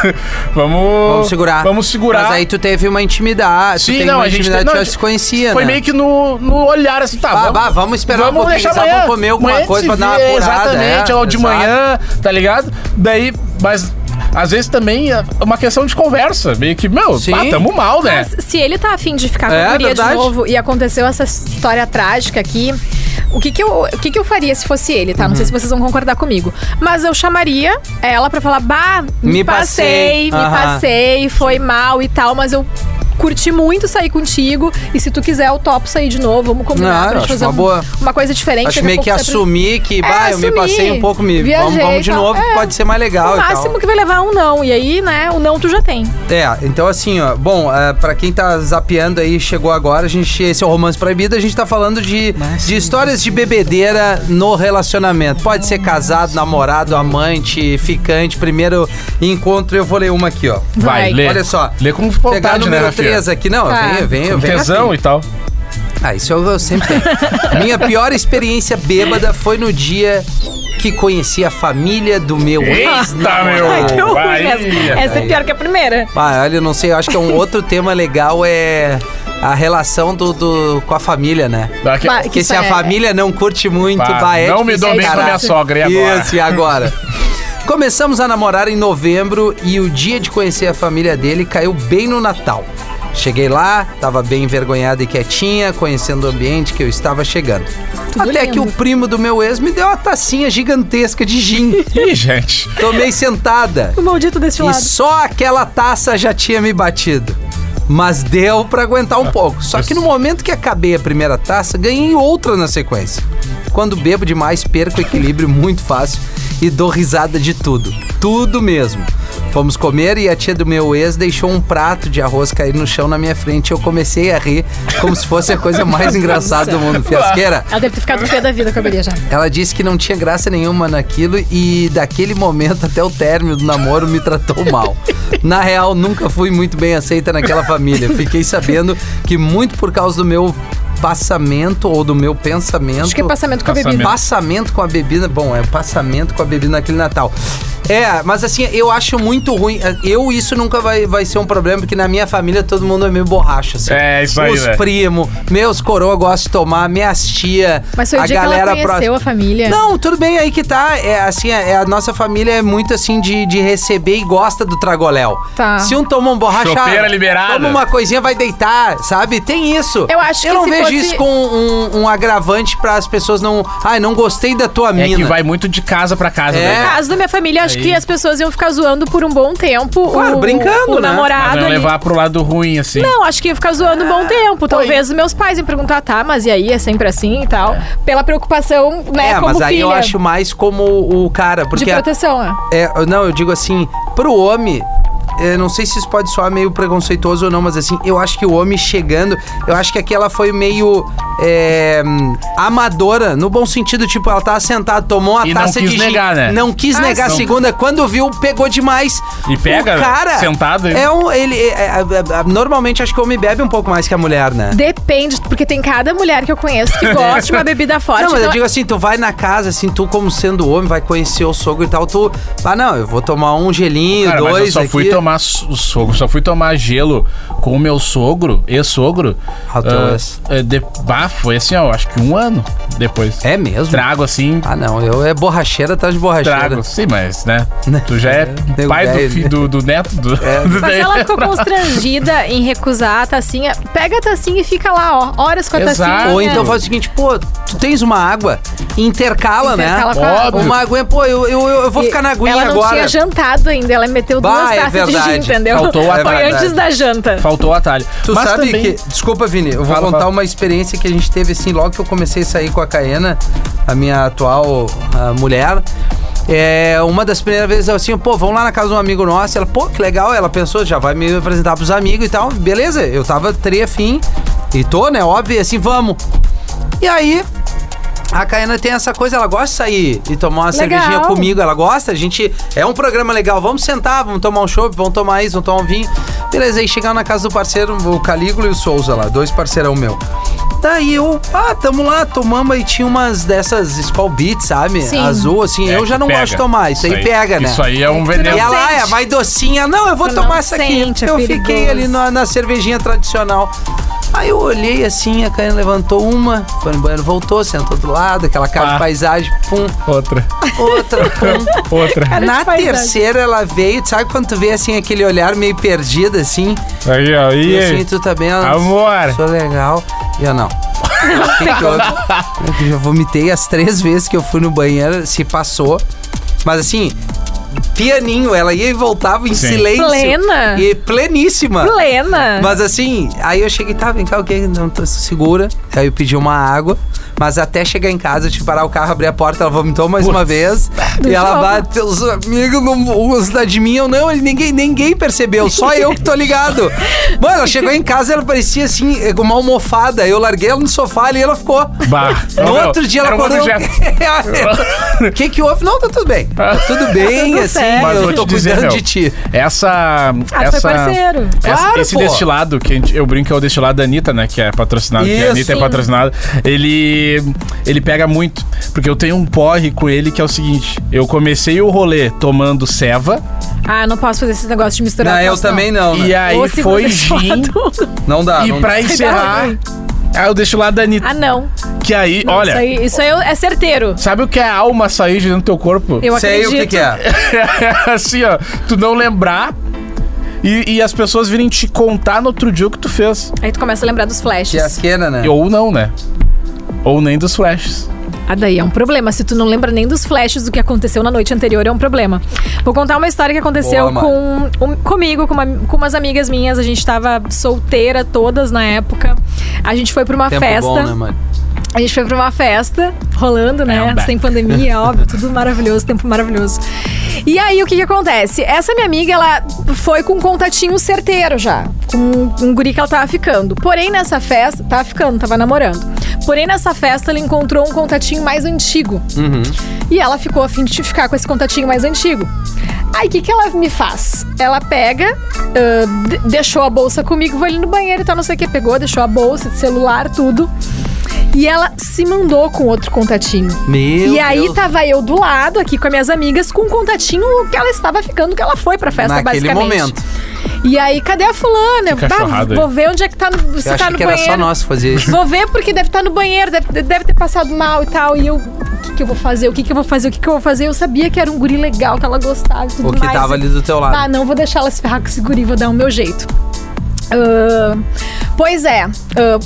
Speaker 4: vamos.
Speaker 2: Vamos segurar.
Speaker 4: Vamos segurar.
Speaker 2: Mas aí tu teve uma intimidade. tu
Speaker 4: Sim,
Speaker 2: tem
Speaker 4: não,
Speaker 2: uma
Speaker 4: a gente
Speaker 2: intimidade
Speaker 4: não,
Speaker 2: que
Speaker 4: a
Speaker 2: já
Speaker 4: gente-
Speaker 2: se conhecia,
Speaker 4: Foi
Speaker 2: né?
Speaker 4: meio que no, no olhar assim, tá.
Speaker 2: Ah, bah, vamos esperar um pouquinho,
Speaker 4: deixar
Speaker 2: sabe? Vamos
Speaker 4: amanhã.
Speaker 2: comer alguma
Speaker 4: Amanhã
Speaker 2: coisa
Speaker 4: se
Speaker 2: pra dar uma
Speaker 4: vê,
Speaker 2: apurada,
Speaker 4: Exatamente,
Speaker 2: é,
Speaker 4: ou de
Speaker 2: exato.
Speaker 4: manhã, tá ligado? Daí, mas às vezes também é uma questão de conversa. Meio que, meu,
Speaker 2: Sim.
Speaker 4: pá, tamo mal, né?
Speaker 3: Mas se ele tá afim de ficar com
Speaker 2: É,
Speaker 3: a guria
Speaker 2: verdade.
Speaker 3: de novo e aconteceu essa história trágica aqui, o que que eu, o que que eu faria se fosse ele, tá? Não
Speaker 2: Uhum.
Speaker 3: sei se vocês vão concordar comigo. Mas eu chamaria ela pra falar, bah, me,
Speaker 2: Me passei.
Speaker 3: passei, me
Speaker 2: Aham.
Speaker 3: passei, foi mal e tal, mas eu curti muito sair contigo e se tu quiser eu topo sair de novo, vamos combinar
Speaker 2: Não,
Speaker 3: pra
Speaker 2: acho
Speaker 3: gente fazer
Speaker 2: uma
Speaker 3: um-
Speaker 2: boa.
Speaker 3: uma coisa diferente.
Speaker 2: Acho
Speaker 3: daqui a
Speaker 2: meio
Speaker 3: pouco
Speaker 2: que
Speaker 3: você aprende-
Speaker 2: assumir que, bah, eu me
Speaker 3: assumir.
Speaker 2: passei um pouco, me
Speaker 3: Viajei
Speaker 2: vamos, vamos
Speaker 3: e
Speaker 2: de
Speaker 3: tal.
Speaker 2: novo,
Speaker 3: É.
Speaker 2: que pode ser mais legal
Speaker 3: O
Speaker 2: e tal.
Speaker 3: máximo que vai levar é um não. E aí, né, o não tu já tem.
Speaker 2: É, então assim, ó, bom, é, pra quem tá zapeando aí, chegou agora, a gente, esse é o Romance Proibido, a gente tá falando de, de histórias de bebedeira no relacionamento. Pode ser casado, namorado, amante, ficante, primeiro encontro, eu vou ler uma aqui, ó.
Speaker 4: Vai,
Speaker 3: Vai.
Speaker 4: lê.
Speaker 2: Olha só.
Speaker 4: Lê com
Speaker 2: Pegar o
Speaker 4: vontade, né,
Speaker 2: número
Speaker 4: Rafinha?
Speaker 2: 3 aqui, não,
Speaker 3: Tá.
Speaker 2: vem, vem,
Speaker 4: Com
Speaker 2: vem.
Speaker 4: tesão e tal.
Speaker 2: Ah, isso eu, eu sempre tenho. Minha pior experiência bêbada foi no dia que conheci a família do meu ex.
Speaker 4: Eita, meu!
Speaker 3: Ai, que horror,
Speaker 4: Bahia.
Speaker 3: essa. Essa é pior que a primeira.
Speaker 2: Ah, olha, eu não sei, eu acho que é um outro tema legal é a relação do, do- com a família, né?
Speaker 4: Dá que-
Speaker 3: Bah,
Speaker 2: Porque
Speaker 3: isso
Speaker 2: se a
Speaker 3: é-
Speaker 2: família não curte muito,
Speaker 4: Pá,
Speaker 2: bah, é
Speaker 4: não me
Speaker 2: difícil
Speaker 4: dou bem com a
Speaker 2: encarar.
Speaker 4: minha sogra, e agora?
Speaker 2: Isso, e agora? Começamos a namorar em novembro e o dia de conhecer a família dele caiu bem no Natal. Cheguei lá, tava bem envergonhada e quietinha, conhecendo o ambiente que eu estava chegando.
Speaker 3: Tudo
Speaker 2: Até que o
Speaker 3: lindo.
Speaker 2: primo do meu ex me deu uma tacinha gigantesca de gin.
Speaker 4: Ih, gente.
Speaker 2: Tomei sentada.
Speaker 3: O maldito deste
Speaker 2: E
Speaker 3: lado.
Speaker 2: só aquela taça já tinha me batido. Mas deu pra aguentar um pouco. Só que no momento que acabei a primeira taça, ganhei outra na sequência. Quando bebo demais, perco o equilíbrio muito fácil e dou risada de tudo. Tudo mesmo. Fomos comer e a tia do meu ex deixou um prato de arroz cair no chão na minha frente. Eu comecei a rir como se fosse a coisa mais engraçada do mundo. Fiasqueira,
Speaker 3: Ela deve ter ficado pé da vida com a Maria já.
Speaker 2: ela disse que não tinha graça nenhuma naquilo e daquele momento até o término do namoro me tratou mal. Na real, nunca fui muito bem aceita naquela família. Fiquei sabendo que muito por causa do meu passamento ou do meu pensamento.
Speaker 3: Acho que é passamento com a bebida.
Speaker 2: Passamento com a bebida. Bom, é passamento com a bebida naquele Natal. É, mas assim, eu acho muito ruim. eh, Eu, isso nunca vai, vai ser um problema, porque na minha família todo mundo é meio borracha, assim.
Speaker 4: É, isso aí,
Speaker 2: Os
Speaker 4: né?
Speaker 2: primos, meus coroa gostam de tomar, minhas tia,
Speaker 3: Mas foi o
Speaker 2: a
Speaker 3: dia que ela
Speaker 2: galera
Speaker 3: conheceu
Speaker 2: próxima.
Speaker 3: a família.
Speaker 2: Não, tudo bem aí que tá. É assim, é, a nossa família é muito assim de, de receber e gosta do tragoléu.
Speaker 3: Tá.
Speaker 2: Se um toma um borracha,
Speaker 4: Chopeira liberada.
Speaker 2: toma uma coisinha, vai deitar, sabe? Tem isso.
Speaker 3: Eu acho que
Speaker 2: não
Speaker 3: se
Speaker 2: vejo
Speaker 3: fosse-
Speaker 2: isso com um, um agravante para as pessoas não, ai, não gostei da tua
Speaker 4: É
Speaker 2: mina.
Speaker 4: que vai muito de casa pra casa.
Speaker 2: É.
Speaker 4: né?
Speaker 3: No caso da minha família, acho que as pessoas iam ficar zoando por um bom tempo.
Speaker 2: Claro,
Speaker 3: o,
Speaker 2: brincando,
Speaker 3: o
Speaker 2: né?
Speaker 4: Mas
Speaker 3: namorado
Speaker 4: não
Speaker 3: ali.
Speaker 4: levar pro lado ruim, assim.
Speaker 3: Não, acho que ia ficar zoando um bom tempo. Talvez os meus pais iam perguntar, tá, mas e aí? É sempre assim e tal. Pela preocupação, né,
Speaker 2: É,
Speaker 3: como
Speaker 2: mas
Speaker 3: filha.
Speaker 2: aí eu acho mais como o cara,
Speaker 3: De
Speaker 2: porque a-
Speaker 3: proteção, né?
Speaker 2: É, não, eu digo assim, pro homem. Eu não sei se isso pode soar meio preconceituoso ou não, mas assim, eu acho que o homem chegando, eu acho que aqui ela foi meio é, amadora, no bom sentido, tipo, ela tava sentada, tomou uma
Speaker 4: E não
Speaker 2: taça
Speaker 4: quis
Speaker 2: de gin,
Speaker 4: negar, né?
Speaker 2: Não quis
Speaker 3: Ah,
Speaker 2: negar
Speaker 4: sim.
Speaker 2: a segunda, quando viu, pegou demais.
Speaker 4: E pega,
Speaker 2: o cara
Speaker 4: sentado, hein?
Speaker 2: É um, ele é, é, é, é, normalmente acho que o homem bebe um pouco mais que a mulher, né?
Speaker 3: Depende, porque tem cada mulher que eu conheço que gosta de uma bebida forte.
Speaker 2: Não, mas eu
Speaker 3: então-
Speaker 2: digo assim, tu vai na casa, assim, tu como sendo homem, vai conhecer o sogro e tal, tu... Ah, não, eu vou tomar um gelinho,
Speaker 4: Cara,
Speaker 2: dois
Speaker 4: mas eu só
Speaker 2: aqui.
Speaker 4: fui tomar so- o sogro, só fui tomar gelo com o meu sogro, ex-sogro.
Speaker 2: Ah, o teu
Speaker 4: ah,
Speaker 2: ex.
Speaker 4: é, de- bah, foi assim, ó, acho que um ano depois.
Speaker 2: É mesmo?
Speaker 4: Trago assim,
Speaker 2: Ah, não, eu é borracheira atrás de borracheira.
Speaker 4: trago. Sim, mas, né? Tu já é
Speaker 2: Nego
Speaker 4: pai do,
Speaker 2: velho,
Speaker 4: fi-
Speaker 2: né? É.
Speaker 4: do, do neto do. do
Speaker 3: Mas ela ficou
Speaker 4: Daniel.
Speaker 3: constrangida em recusar a tacinha. Pega a tacinha e fica lá, ó, horas com a
Speaker 4: Exato.
Speaker 3: tacinha.
Speaker 2: Ou então faz o seguinte, pô, tu tens uma água, intercala,
Speaker 3: Intercala
Speaker 2: né?
Speaker 3: com a água.
Speaker 2: Uma aguinha, pô, eu, eu, eu vou ficar na aguinha
Speaker 3: "Ah, Ela não
Speaker 2: agora.
Speaker 3: tinha jantado ainda, ela meteu
Speaker 2: Bah,
Speaker 3: duas
Speaker 2: é
Speaker 3: taças de gin,
Speaker 2: verdade.
Speaker 3: entendeu?
Speaker 4: Faltou a
Speaker 3: Foi
Speaker 2: verdade.
Speaker 3: antes da janta.
Speaker 4: Faltou o atalho.
Speaker 2: Tu
Speaker 4: mas
Speaker 2: sabe
Speaker 4: também,
Speaker 2: que. Desculpa, Vini, eu vou
Speaker 4: Fala,
Speaker 2: contar
Speaker 4: fala.
Speaker 2: uma experiência que a gente teve assim, logo que eu comecei a sair com a Caena, a minha atual ah, mulher. É, uma das primeiras vezes eu assim, pô, vamos lá na casa de um amigo nosso. Ela, pô, que legal. Ela pensou, já vai me apresentar pros amigos e tal. Beleza, eu tava trefim e tô, né? Óbvio, assim, vamos. E aí, A Caena tem essa coisa, ela gosta de sair e tomar uma
Speaker 3: Legal.
Speaker 2: cervejinha comigo, ela gosta, a gente. É um programa legal, vamos sentar, vamos tomar um chopp, vamos tomar isso, vamos tomar um vinho. Beleza, aí chegaram na casa do parceiro, o Calígula e o Souza lá, dois parceirão meu. Daí eu, ah, tamo lá, tomamos e tinha umas dessas Skull Beats, sabe?
Speaker 3: Sim.
Speaker 2: Azul, assim,
Speaker 4: é,
Speaker 2: eu já não
Speaker 4: pega.
Speaker 2: gosto de tomar, isso, aí pega, né?
Speaker 4: Isso aí é um
Speaker 3: É que tu não
Speaker 2: E
Speaker 4: veneno.
Speaker 3: sabe.
Speaker 2: ela
Speaker 3: sente.
Speaker 2: é mais docinha. Não, eu vou
Speaker 3: Tu não
Speaker 2: tomar essa aqui.
Speaker 3: sente, é
Speaker 2: eu
Speaker 3: perigoso.
Speaker 2: fiquei ali na, na cervejinha tradicional. Aí eu olhei assim, a Karina levantou uma, foi no banheiro, voltou, sentou do lado, aquela cara
Speaker 4: Pá.
Speaker 2: de paisagem, pum,
Speaker 4: Outra.
Speaker 2: outra, pum.
Speaker 4: Outra.
Speaker 3: Cara de
Speaker 2: Na
Speaker 3: paisagem.
Speaker 2: terceira ela veio, sabe quando tu vê assim aquele olhar meio perdido assim?
Speaker 4: Aí, ó.
Speaker 2: E
Speaker 4: E
Speaker 2: assim,
Speaker 4: aí?
Speaker 2: tu tá bem? Ela,
Speaker 4: Amor.
Speaker 2: Sou legal. E eu não. O que que houve? Eu já vomitei as três vezes que eu fui no banheiro, se passou. Mas assim, pianinho, ela ia e voltava em
Speaker 4: Sim.
Speaker 2: silêncio.
Speaker 3: Plena.
Speaker 2: E pleníssima.
Speaker 3: Plena.
Speaker 2: Mas assim, aí eu cheguei, tá, vem cá, o que? Não, tô segura. Aí eu pedi uma água. Mas até chegar em casa, eu tive que parar o carro, abrir a porta, ela vomitou mais uma vez. e ela
Speaker 3: jogo.
Speaker 2: bate, os amigos não gostam de mim, eu não, ele- ninguém, ninguém percebeu, só eu que tô ligado. Mano, ela chegou em casa, ela parecia assim, eh, com uma almofada. Eu larguei ela no sofá ali e ela ficou.
Speaker 4: Bah.
Speaker 2: No
Speaker 4: Ô, meu,
Speaker 2: outro dia ela
Speaker 4: era um
Speaker 2: acordou.
Speaker 4: objeto.
Speaker 2: O que que houve? Não, tá tudo bem. Tá tudo bem,
Speaker 3: Tá tudo
Speaker 2: assim,
Speaker 3: certo.
Speaker 4: Mas vou
Speaker 2: eu
Speaker 4: te
Speaker 2: tô
Speaker 4: dizer,
Speaker 2: cuidando
Speaker 4: meu,
Speaker 2: de ti.
Speaker 4: Essa.
Speaker 3: Ah, tu
Speaker 4: essa
Speaker 3: foi parceiro.
Speaker 4: essa-
Speaker 2: Claro,
Speaker 4: esse
Speaker 2: pô.
Speaker 4: destilado, que a gente- eu brinco que é o destilado da Anitta, né? Que é patrocinado, que
Speaker 2: Isso.
Speaker 4: a Anitta é
Speaker 3: Sim.
Speaker 4: patrocinada. Ele. Ele pega muito. Porque eu tenho um porre com ele que é o seguinte: eu comecei o rolê tomando ceva.
Speaker 3: Ah, não posso fazer esse negócio de misturar
Speaker 2: Não, eu também não.
Speaker 4: E
Speaker 2: né?
Speaker 4: aí
Speaker 3: Ou se
Speaker 4: foi
Speaker 3: você
Speaker 4: gin.
Speaker 3: tudo.
Speaker 2: Não dá.
Speaker 4: E
Speaker 2: Tá, não
Speaker 4: pra
Speaker 2: dá.
Speaker 4: encerrar, aí eu deixo lá da Anitta.
Speaker 3: Ah, não.
Speaker 4: Que aí,
Speaker 3: Não, Isso
Speaker 4: olha,
Speaker 3: aí, isso aí é certeiro.
Speaker 4: sabe o que é a alma sair de dentro do teu corpo?
Speaker 3: Eu
Speaker 2: Sei
Speaker 3: acredito.
Speaker 2: o que, que é.
Speaker 4: É assim, ó, tu não lembrar e, e as pessoas virem te contar no outro dia o que tu fez.
Speaker 3: Aí tu começa a lembrar dos
Speaker 2: Que
Speaker 3: flashes.
Speaker 2: é a queira, né?
Speaker 4: Ou não, né? Ou nem dos flashes.
Speaker 3: Ah, daí é um problema. Se tu não lembra nem dos flashes do que aconteceu na noite anterior, é um problema. Vou contar uma história que aconteceu
Speaker 2: Boa, Mari.
Speaker 3: com, um- comigo, com, uma- com umas amigas minhas. A gente tava solteira todas na época. A gente foi pra uma
Speaker 2: Tempo
Speaker 3: festa.
Speaker 2: bom, né, mano?
Speaker 3: A gente foi pra uma festa, rolando,
Speaker 4: É, um
Speaker 3: né?
Speaker 4: bar.
Speaker 3: Sem pandemia, óbvio, tudo maravilhoso, tempo maravilhoso. E aí, o que que acontece? Essa minha amiga, ela foi com um contatinho certeiro já, com um- um guri que ela tava ficando. Porém, nessa festa, tava ficando, tava namorando. Porém, nessa festa, ela encontrou um contatinho mais antigo.
Speaker 4: Uhum.
Speaker 3: E ela ficou a fim de ficar com esse contatinho mais antigo. Aí, o que que ela me faz? Ela pega, ah, de- deixou a bolsa comigo, vou ali no banheiro e tal, não sei o que. Pegou, deixou a bolsa, celular, tudo. E ela se mandou com outro contatinho.
Speaker 2: Meu
Speaker 3: e aí tá
Speaker 2: Deus.
Speaker 3: tava eu do lado, aqui com as minhas amigas, com um contatinho que ela estava ficando, que ela foi pra festa,
Speaker 2: Naquele
Speaker 3: basicamente.
Speaker 2: momento.
Speaker 3: E aí, cadê a fulana? Bah,
Speaker 4: cachorrada
Speaker 3: vou ver onde é que tá no, se
Speaker 2: Eu
Speaker 3: tá
Speaker 2: achei
Speaker 3: no
Speaker 2: que era
Speaker 3: banheiro.
Speaker 2: só nós que fazia isso.
Speaker 3: Vou ver porque deve estar no banheiro, deve, deve ter passado mal e tal. E eu, o que, que eu vou fazer? O que, que eu vou fazer? O que, que eu vou fazer? Eu sabia que era um guri legal, que ela gostava e tudo
Speaker 2: O que
Speaker 3: mais.
Speaker 2: tava ali do teu lado.
Speaker 3: Ah, não vou deixar ela se ferrar com esse guri, vou dar o meu jeito. Ah, pois é. ah,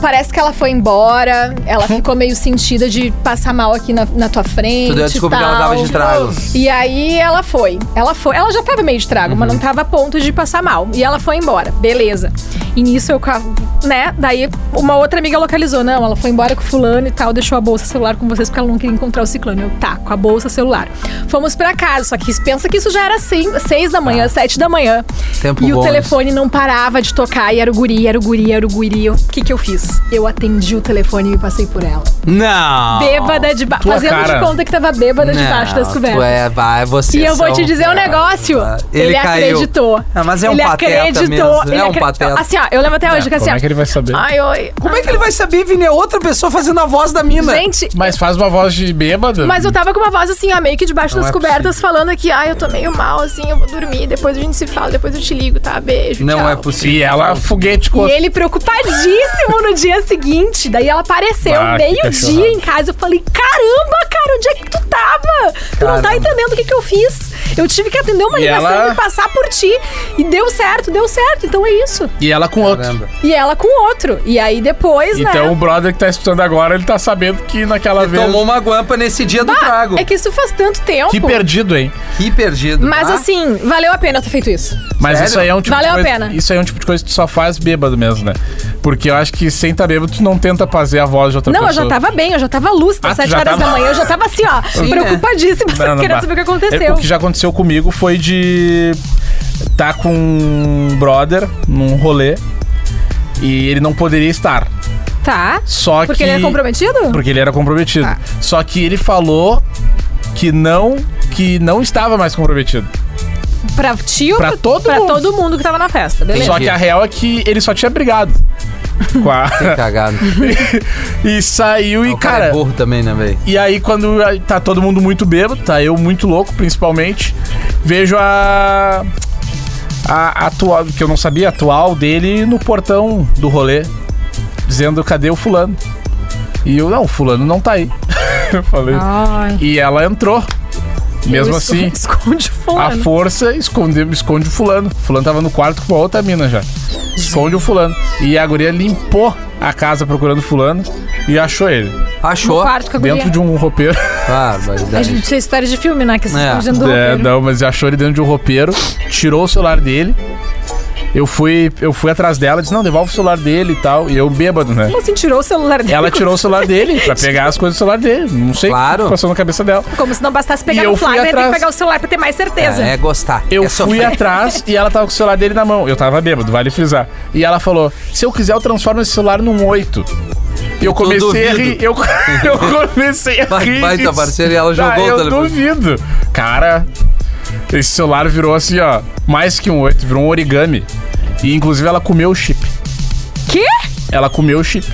Speaker 3: Parece que ela foi embora, ela ficou meio sentida de passar mal aqui na, na tua frente.
Speaker 2: Tu deu a desculpa
Speaker 3: e
Speaker 2: que ela tava
Speaker 3: tal.
Speaker 2: de trago.
Speaker 3: E aí ela foi. Ela foi. Ela já tava meio de trago,
Speaker 2: Uhum.
Speaker 3: mas não tava a ponto de passar mal. E ela foi embora. Beleza. E nisso eu, ca- né? Daí uma outra amiga localizou. Não, ela foi embora com fulano e tal, deixou a bolsa celular com vocês porque ela não queria encontrar o ciclano. Eu, tá, com a bolsa celular. Fomos pra casa, só que pensa que isso já era seis, seis da manhã, sete da manhã.
Speaker 2: Tá. Tempo
Speaker 3: e
Speaker 2: bom, né?
Speaker 3: o telefone não parava de tocar e era o guri, era o guri, era o guri. Eu- O que que eu fiz? Eu atendi o telefone e passei por ela.
Speaker 2: Não.
Speaker 3: Bêbada de ba...
Speaker 4: Tua
Speaker 3: Fazendo
Speaker 4: cara.
Speaker 3: de conta que tava bêbada
Speaker 2: Ah, Não,
Speaker 3: debaixo das cobertas.
Speaker 2: tu é, vai, você
Speaker 3: E eu vou
Speaker 2: são-
Speaker 3: te dizer um negócio.
Speaker 2: Ah, Ele, caiu.
Speaker 3: acreditou.
Speaker 2: Ah, mas é um
Speaker 3: ele
Speaker 2: pateta
Speaker 3: acreditou.
Speaker 2: mesmo,
Speaker 3: Ele
Speaker 2: é um
Speaker 3: acre-
Speaker 2: pateta.
Speaker 3: Assim, ó, eu lembro até hoje que assim,
Speaker 4: Como é que
Speaker 3: ó.
Speaker 4: ele vai saber?
Speaker 3: Ai, oi.
Speaker 2: Como é que ele vai saber, Vini? É outra pessoa fazendo a voz da mina.
Speaker 3: Gente,
Speaker 4: Mas faz uma voz de bêbado.
Speaker 2: é
Speaker 3: mas eu tava com uma voz assim, ó, meio que debaixo
Speaker 4: Não
Speaker 3: das
Speaker 4: é
Speaker 3: cobertas,
Speaker 4: possível.
Speaker 3: falando que, ai, eu tô meio mal, assim, eu vou dormir, depois a gente se fala, depois eu te ligo, tá? Beijo.
Speaker 2: não
Speaker 3: tchau.
Speaker 2: é possível.
Speaker 4: E ela foguete com
Speaker 3: E ele preocupadíssimo no dia seguinte. Daí ela apareceu
Speaker 4: Ah, que
Speaker 3: meio-dia
Speaker 4: cachorrada.
Speaker 3: em casa. Eu falei: caramba, cara, onde é que tu tava? Tu não
Speaker 2: Caramba.
Speaker 3: tá entendendo o que, que eu fiz. Eu tive que atender uma
Speaker 4: E
Speaker 3: ligação
Speaker 4: ela-
Speaker 3: e passar por ti. E deu certo, deu certo. Então é isso.
Speaker 4: E ela com outro.
Speaker 2: Caramba.
Speaker 3: E ela com outro. E aí depois,
Speaker 4: Então o
Speaker 3: né?
Speaker 4: brother que tá escutando agora, ele tá sabendo que naquela vez.
Speaker 2: Tomou uma guampa nesse dia do trago.
Speaker 3: É que isso faz tanto tempo.
Speaker 4: Que Ah? perdido, hein?
Speaker 2: Que perdido.
Speaker 3: Mas
Speaker 2: tá?
Speaker 3: assim, valeu a pena ter feito isso.
Speaker 4: Mas
Speaker 2: Sério?
Speaker 4: isso aí é um tipo
Speaker 3: Valeu
Speaker 4: de
Speaker 3: a
Speaker 4: coisa,
Speaker 3: pena.
Speaker 4: Isso aí é um tipo de coisa que tu só faz bêbado mesmo, né? Porque eu acho que sem estar bêbado, tu não tenta fazer a voz de outra
Speaker 3: não,
Speaker 4: pessoa.
Speaker 3: eu já tava bem, eu já tava
Speaker 4: Ah,
Speaker 3: lúcida,
Speaker 4: tu
Speaker 3: às 7
Speaker 4: já
Speaker 3: horas
Speaker 4: tava-
Speaker 3: da manhã. Eu já tava assim, ó,
Speaker 2: né?
Speaker 3: preocupadíssima,
Speaker 4: Não, não,
Speaker 3: querendo
Speaker 4: bah.
Speaker 3: saber o que
Speaker 4: É,
Speaker 3: aconteceu.
Speaker 4: O que já aconteceu comigo foi de tá com um brother num rolê e ele não poderia estar.
Speaker 3: Tá.
Speaker 4: Só
Speaker 3: Porque
Speaker 4: que
Speaker 3: ele era comprometido?
Speaker 4: porque ele era comprometido.
Speaker 3: Tá.
Speaker 4: Só que ele falou que não que não estava mais comprometido.
Speaker 3: Pra tio,
Speaker 4: Pra todo
Speaker 3: pra
Speaker 4: mundo.
Speaker 3: todo mundo que tava na festa, beleza?
Speaker 4: Só que a real é que ele só tinha brigado. com a-
Speaker 2: Cagado.
Speaker 4: e saiu e
Speaker 2: o cara é
Speaker 4: cara,
Speaker 2: burro também, né, velho?
Speaker 4: E aí, quando tá todo mundo muito bêbado, tá eu muito louco, principalmente, vejo a. A atual, que eu não sabia, a atual dele no portão do rolê, dizendo cadê o fulano. E eu, não, o fulano não tá aí. eu falei.
Speaker 3: Ai,
Speaker 4: E ela entrou. Mesmo
Speaker 3: Ah. eu esco-
Speaker 4: assim,
Speaker 3: Esconde o
Speaker 4: a
Speaker 3: fulano.
Speaker 4: força esconde, esconde o fulano. O fulano tava no quarto com a outra mina já. Esconde o fulano. E a guria limpou a casa procurando o fulano e achou ele.
Speaker 3: No
Speaker 2: Achou.
Speaker 3: quarto com a
Speaker 4: Dentro
Speaker 3: guria.
Speaker 4: de um roupeiro.
Speaker 2: Ah,
Speaker 3: A
Speaker 2: barbaridade.
Speaker 3: gente precisa história de filme, né? Que se
Speaker 2: É.
Speaker 3: esconde dentro do
Speaker 4: É,
Speaker 3: roupeiro.
Speaker 4: não, mas achou ele dentro de um roupeiro, tirou o celular dele. Eu fui, eu fui atrás dela, disse: "Não, devolve o celular dele e tal". E eu bêbado, né?
Speaker 3: Como assim tirou o celular dele?
Speaker 4: Ela tirou o celular dele pra pegar as coisas do celular dele. Não sei o que
Speaker 2: Claro.
Speaker 4: passou na cabeça dela.
Speaker 3: Como se não bastasse pegar
Speaker 4: E eu
Speaker 3: no
Speaker 4: fui
Speaker 3: flagra, tem que
Speaker 4: atrás.
Speaker 3: pegar o celular pra ter mais certeza.
Speaker 2: É, é gostar.
Speaker 4: Eu
Speaker 2: é
Speaker 4: fui
Speaker 2: sofrer.
Speaker 4: atrás e ela tava com o celular dele na mão. Eu tava bêbado, vale frisar. E ela falou: "Se eu quiser, eu transformo esse celular num 8". E eu
Speaker 2: tu
Speaker 4: comecei a rir,
Speaker 2: duvido.
Speaker 4: eu, eu comecei a
Speaker 2: Vai-
Speaker 4: rir.
Speaker 2: vai, tua
Speaker 4: disso. Ah,
Speaker 2: parceira, e ela jogou o
Speaker 4: eu
Speaker 2: telefone.
Speaker 4: duvido. Cara, esse celular virou assim, ó, mais que um 8, virou um origami. E inclusive ela comeu o chip.
Speaker 3: Quê?
Speaker 4: Ela comeu o chip.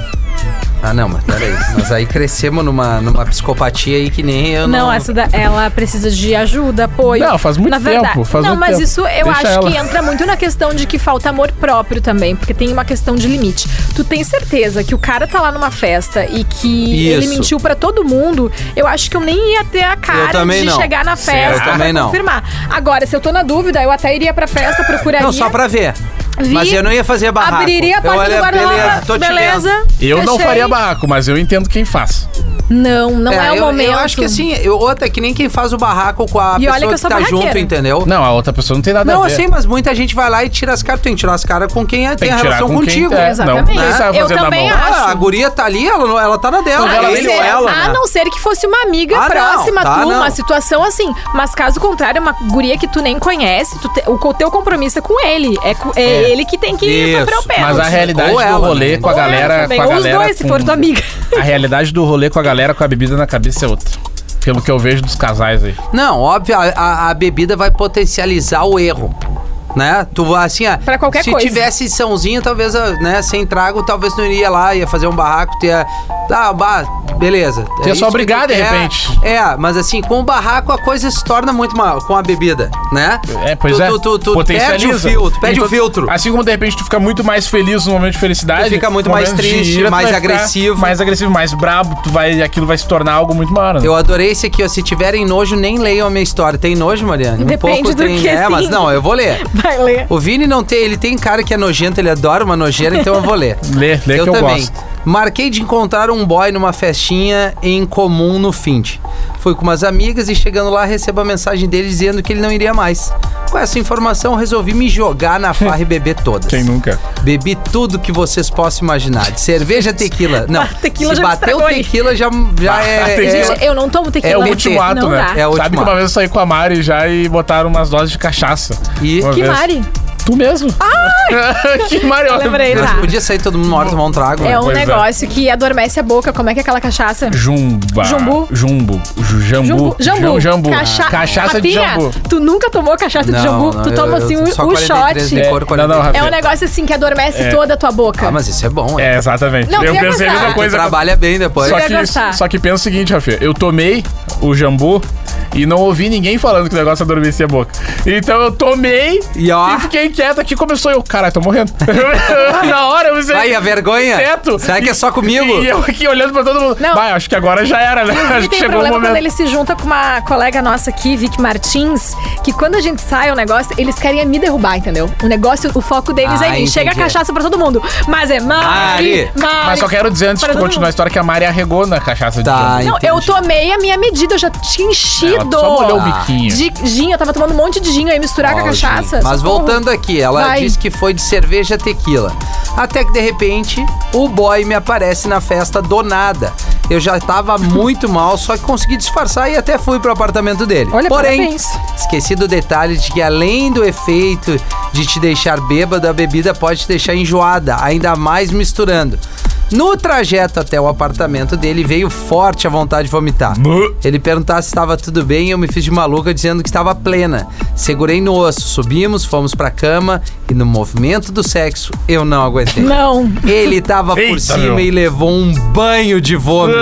Speaker 2: Ah, não, mas peraí. Mas aí crescemos numa, numa psicopatia aí que nem eu não.
Speaker 3: Não, essa da- ela precisa de ajuda, apoio.
Speaker 4: Não, faz muito
Speaker 3: Na verdade-
Speaker 4: tempo, faz
Speaker 3: não,
Speaker 4: muito
Speaker 3: mas
Speaker 4: tempo.
Speaker 3: isso eu
Speaker 4: Deixa
Speaker 3: acho
Speaker 4: ela.
Speaker 3: que entra muito na questão de que falta amor próprio também, porque tem uma questão de limite. Tu tem certeza que o cara tá lá numa festa e que ele
Speaker 2: Isso.
Speaker 3: mentiu pra todo mundo, eu acho que eu nem ia ter a cara
Speaker 2: também
Speaker 3: de
Speaker 2: não.
Speaker 3: chegar na
Speaker 2: Sim, eu
Speaker 3: festa pra
Speaker 2: também não.
Speaker 3: confirmar. Agora, se eu tô na dúvida, eu até iria pra festa, procuraria.
Speaker 2: Não, só pra ver.
Speaker 3: Vi,
Speaker 2: mas eu não ia fazer barraco.
Speaker 3: Abriria a
Speaker 2: eu
Speaker 3: porta do
Speaker 2: olha, beleza, tô
Speaker 3: guarda-roupa,
Speaker 2: te vendo.
Speaker 3: beleza.
Speaker 4: Eu não
Speaker 3: fechei.
Speaker 4: faria barraco, mas eu entendo quem faz.
Speaker 3: Não, não é, o
Speaker 2: eu,
Speaker 3: momento.
Speaker 2: Eu acho que assim, eu, outra que nem quem faz o barraco com a
Speaker 3: E olha
Speaker 2: pessoa
Speaker 3: que eu
Speaker 2: que,
Speaker 3: sou
Speaker 2: tá
Speaker 3: barraqueira.
Speaker 2: junto, entendeu?
Speaker 4: Não, a outra pessoa não tem nada
Speaker 2: Não,
Speaker 4: a ver.
Speaker 2: assim, mas muita gente vai lá e tira as caras. Tem que tirar as caras com quem é, tem,
Speaker 4: tem que tirar
Speaker 2: relação
Speaker 4: com
Speaker 2: contigo.
Speaker 4: quem é,
Speaker 3: Exatamente.
Speaker 4: Não, não sabe
Speaker 3: Eu
Speaker 4: fazer na
Speaker 3: também
Speaker 4: mão.
Speaker 3: acho.
Speaker 2: Ah, a guria tá ali, ela, não- ela tá na dela.
Speaker 4: Mas ela
Speaker 3: a,
Speaker 2: ele
Speaker 4: nem
Speaker 3: não ser,
Speaker 2: ou ela,
Speaker 3: é a
Speaker 2: né?
Speaker 3: não ser que fosse uma amiga
Speaker 2: Ah, não,
Speaker 3: próxima
Speaker 2: tá,
Speaker 3: tu,
Speaker 2: não.
Speaker 3: uma situação assim. Mas caso contrário, é uma guria que tu nem conhece, tu te- o co- teu compromisso é com ele. É, co- é
Speaker 4: É.
Speaker 3: ele que tem que
Speaker 2: Isso,
Speaker 3: sofrer o pé.
Speaker 4: Mas a realidade
Speaker 2: É, Ou
Speaker 4: do
Speaker 2: ela,
Speaker 4: rolê
Speaker 2: né?
Speaker 4: com a
Speaker 3: Ou ela
Speaker 4: galera.
Speaker 3: também,
Speaker 4: Com a
Speaker 3: ou os
Speaker 4: galera
Speaker 3: dois, se
Speaker 4: com-
Speaker 3: for tua amiga.
Speaker 4: A realidade do rolê com a galera com a bebida na cabeça é outra. Pelo que eu vejo dos casais aí.
Speaker 2: Não, óbvio, a, a- a bebida vai potencializar o erro. Né? Tu vai, assim, ah,
Speaker 3: Pra qualquer
Speaker 2: se
Speaker 3: coisa.
Speaker 2: tivesse sãozinho, talvez, ah, né, sem trago, talvez não iria lá, ia fazer um barraco, teria. Ah, bah, beleza. É
Speaker 4: Ter só
Speaker 2: isso que
Speaker 4: brigar,
Speaker 2: tu
Speaker 4: de
Speaker 2: quer.
Speaker 4: repente.
Speaker 2: É, mas assim, com o barraco a coisa se torna muito mal com a bebida, né?
Speaker 4: É, pois
Speaker 2: tu,
Speaker 4: é.
Speaker 2: Tu, tu, tu
Speaker 4: Potencializa.
Speaker 2: perde o filtro, tu perde
Speaker 4: Então,
Speaker 2: o filtro.
Speaker 4: Assim como de repente tu fica muito mais feliz no momento de felicidade.
Speaker 2: Tu fica muito
Speaker 4: no
Speaker 2: mais
Speaker 4: momento de
Speaker 2: triste,
Speaker 4: tu
Speaker 2: mais
Speaker 4: vai ficar
Speaker 2: agressivo.
Speaker 4: Mais agressivo, mais brabo, tu vai, aquilo vai se tornar algo muito maior. né?
Speaker 2: Eu adorei esse aqui, ó. Se tiverem nojo, nem leiam a minha história. Tem nojo, Mariana?
Speaker 3: Depende do
Speaker 2: tem.
Speaker 3: que,
Speaker 2: é, mas
Speaker 3: sim.
Speaker 2: não, eu vou ler.
Speaker 3: Vai ler.
Speaker 2: O Vini não tem, ele tem cara que é nojento, ele adora uma nojeira, então eu vou ler.
Speaker 4: Lê, lê que eu
Speaker 2: também.
Speaker 4: gosto.
Speaker 2: Marquei de encontrar um boy numa festinha em comum no Find. Fui com umas amigas e chegando lá recebo a mensagem dele dizendo que ele não iria mais. Com essa informação, resolvi me jogar na farra e beber todas.
Speaker 4: Quem nunca?
Speaker 2: Bebi tudo que vocês possam imaginar. De cerveja, tequila. Não,
Speaker 3: Ah, tequila
Speaker 2: se
Speaker 3: já me
Speaker 2: bateu
Speaker 3: estragou aí.
Speaker 2: tequila já,
Speaker 4: Ah,
Speaker 2: já é, é-
Speaker 4: Tequila.
Speaker 3: Gente, eu não tomo tequila.
Speaker 4: É o último ato,
Speaker 3: não
Speaker 4: né?
Speaker 3: Dá.
Speaker 2: É o
Speaker 4: Sabe
Speaker 2: último
Speaker 4: que uma
Speaker 2: ato.
Speaker 4: vez eu saí com a Mari já e botaram umas doses de cachaça.
Speaker 2: E-
Speaker 4: Uma
Speaker 3: Que
Speaker 4: vez.
Speaker 3: Mari?
Speaker 4: Tu mesmo. que Mari, olha.
Speaker 3: Lembrei,
Speaker 2: Mas
Speaker 3: tá.
Speaker 2: podia sair todo mundo uma hora tomar um trago. né?
Speaker 3: É um
Speaker 4: Pois é.
Speaker 3: negócio que adormece a boca. Como é que é aquela cachaça?
Speaker 4: Jumba.
Speaker 3: Jumbu.
Speaker 4: Jumbo. Ju- Jambu.
Speaker 3: Jambu. Jambu.
Speaker 4: Jam- Jambu.
Speaker 3: Cacha-
Speaker 4: Cachaça de
Speaker 3: Rafinha,
Speaker 4: jambu.
Speaker 3: Tu nunca tomou cachaça de
Speaker 2: Não,
Speaker 3: jambu?
Speaker 2: não,
Speaker 3: tu
Speaker 2: eu-
Speaker 3: toma
Speaker 2: eu
Speaker 3: assim um,
Speaker 2: só
Speaker 3: um
Speaker 2: 43
Speaker 3: shot.
Speaker 2: de
Speaker 4: É,
Speaker 2: cor,
Speaker 4: não, não,
Speaker 2: 43.
Speaker 4: Rafa.
Speaker 3: É um negócio assim que adormece
Speaker 4: É.
Speaker 3: toda a tua boca.
Speaker 2: Ah, mas isso é bom,
Speaker 4: É, exatamente.
Speaker 3: Não,
Speaker 4: eu
Speaker 3: tu ia
Speaker 4: pensei a
Speaker 3: gostar.
Speaker 4: mesma coisa.
Speaker 2: Trabalha bem depois.
Speaker 4: Só
Speaker 3: ia
Speaker 4: que,
Speaker 3: gostar.
Speaker 4: só que pensa o seguinte, Rafinha. Eu tomei o jambu e não ouvi ninguém falando que o negócio adormecia a boca. Então eu tomei
Speaker 2: E ó.
Speaker 4: fiquei quieto aqui. Começou eu, caralho, tô morrendo. Na hora eu pensei...
Speaker 2: Aí, a vergonha?
Speaker 4: Teto.
Speaker 2: Será que é só comigo?
Speaker 4: E eu aqui olhando pra todo mundo.
Speaker 3: Não.
Speaker 4: Vai, acho que agora já era, né?
Speaker 3: E
Speaker 4: acho que
Speaker 3: tem
Speaker 4: chegou o
Speaker 3: problema
Speaker 4: momento.
Speaker 3: quando ele se junta com uma colega nossa aqui, Vicky Martins, que quando a gente sai o negócio, eles querem é me derrubar, entendeu? O negócio, o foco deles
Speaker 2: Ah,
Speaker 3: é mim. Chega a
Speaker 2: entendi.
Speaker 3: cachaça pra todo mundo. Mas é Mari,
Speaker 2: Mari.
Speaker 3: Mari.
Speaker 4: Mas só quero dizer antes de
Speaker 3: Pra
Speaker 4: tu
Speaker 3: todo
Speaker 4: continuar a
Speaker 3: mundo.
Speaker 4: história que a Mari arregou na cachaça de
Speaker 2: Tá,
Speaker 4: jambu.
Speaker 3: Não,
Speaker 2: entendi.
Speaker 3: eu tomei a minha medida, eu já tinha enchido.
Speaker 4: Ela só molhou o biquinho.
Speaker 3: De gin, eu tava tomando um monte de gin, aí misturar com a
Speaker 2: Ó, gente.
Speaker 3: cachaça.
Speaker 2: Mas
Speaker 3: socorro.
Speaker 2: voltando aqui, ela
Speaker 3: Vai.
Speaker 2: disse que foi de cerveja a tequila. Até que de repente, o boy me aparece na festa do nada. Eu já tava muito mal, só que consegui disfarçar e até fui pro apartamento dele.
Speaker 3: Olha,
Speaker 2: Porém,
Speaker 3: parabéns.
Speaker 2: esqueci do detalhe de que além do efeito de te deixar bêbado, a bebida pode te deixar enjoada, ainda mais misturando. No trajeto até o apartamento dele, veio forte a vontade de vomitar.
Speaker 4: Bu.
Speaker 2: Ele perguntava se estava tudo bem e eu me fiz de maluca dizendo que estava plena. Segurei no osso, subimos, fomos pra cama e no movimento do sexo eu não aguentei.
Speaker 3: Não.
Speaker 2: Ele tava por
Speaker 4: Eita,
Speaker 2: cima
Speaker 4: meu.
Speaker 2: e levou um banho de vômito.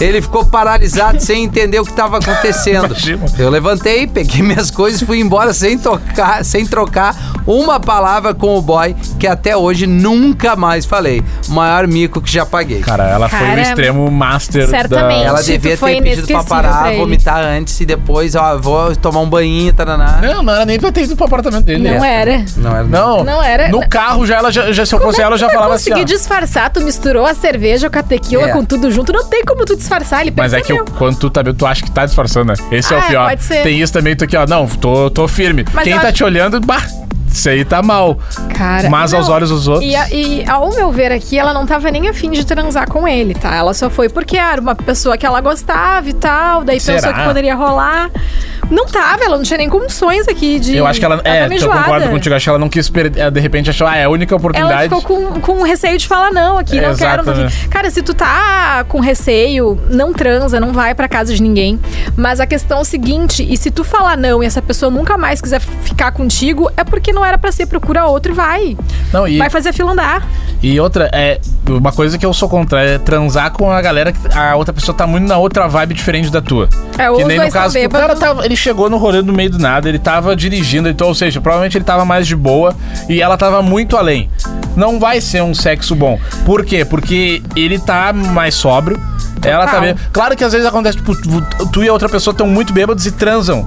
Speaker 2: Ele ficou paralisado sem entender o que estava acontecendo.
Speaker 4: Imagina.
Speaker 2: Eu levantei, peguei minhas coisas e fui embora sem tocar, sem trocar uma palavra com o boy que até hoje nunca mais falei. O maior mico que já paguei.
Speaker 4: Cara, ela foi o
Speaker 3: Cara,
Speaker 4: extremo master
Speaker 3: certamente.
Speaker 4: da...
Speaker 2: Ela
Speaker 3: Tito,
Speaker 2: devia
Speaker 3: foi
Speaker 2: ter pedido pra
Speaker 3: inesquecível
Speaker 2: parar,
Speaker 3: pra ele.
Speaker 2: vomitar antes e depois, ó, vou tomar um banho, taraná.
Speaker 4: Não, não era nem pra ter ido pro apartamento dele.
Speaker 3: Não era.
Speaker 2: Não era.
Speaker 4: Não,
Speaker 3: Não era. é
Speaker 4: No carro já ela já, já- se eu fosse ela, eu já
Speaker 3: Não
Speaker 4: falava assim.
Speaker 3: consegui
Speaker 4: ó.
Speaker 3: disfarçar, tu misturou a cerveja com a tequila,
Speaker 2: É.
Speaker 3: com tudo junto. Não tem como tu disfarçar, ele
Speaker 4: Mas
Speaker 3: percebeu.
Speaker 4: é que eu- quando tu tá bêbado, tu acha que tá disfarçando, né? Esse é
Speaker 3: Ah,
Speaker 4: o pior.
Speaker 3: pode ser.
Speaker 4: Tem isso também, tu aqui, ó. Não, tô, tô firme.
Speaker 3: Mas
Speaker 4: Quem
Speaker 3: eu
Speaker 4: tá
Speaker 3: acho-
Speaker 4: te olhando, bah, isso aí tá mal.
Speaker 3: Cara,
Speaker 4: Mas aos olhos dos outros.
Speaker 3: E, a- e ao meu ver aqui, ela não tava nem afim de transar com ele, tá? Ela só foi porque era uma pessoa que ela gostava e tal, daí
Speaker 4: Será?
Speaker 3: pensou que poderia rolar. Não tava, ela não tinha nem condições aqui de.
Speaker 4: Eu acho que ela. É,
Speaker 3: tava
Speaker 4: eu
Speaker 3: tá enjoada.
Speaker 4: concordo contigo. Acho que ela não quis perder. ela, De repente achou, ah, é a única
Speaker 3: Ela
Speaker 4: oportunidade.
Speaker 3: ficou com, com receio de falar não aqui,
Speaker 4: É,
Speaker 3: não quero, não tô
Speaker 4: exatamente.
Speaker 3: aqui. Cara, se tu tá com receio, não transa, não vai pra casa de ninguém. Mas a questão é o seguinte, e se tu falar não e essa pessoa nunca mais quiser ficar contigo, é porque não era pra ser, procura outro e vai.
Speaker 4: Não, e,
Speaker 3: Vai fazer a fila andar.
Speaker 4: e outra, é. Uma coisa que eu sou contra é transar com a galera que a outra pessoa tá muito na outra vibe diferente da tua.
Speaker 3: É, ou
Speaker 4: que
Speaker 3: os
Speaker 4: nem no
Speaker 3: dois tão
Speaker 4: caso que o
Speaker 3: bêbados.
Speaker 4: cara tava, ele chegou no rolê no meio do nada, ele tava dirigindo, então, ou seja, provavelmente ele tava mais de boa e ela tava muito além. Não vai ser um sexo bom. Por quê? Porque ele tá mais sóbrio. Ela tá
Speaker 3: Total.
Speaker 4: bem. Claro que às vezes acontece, tipo, tu- tu e a outra pessoa estão muito bêbados e transam.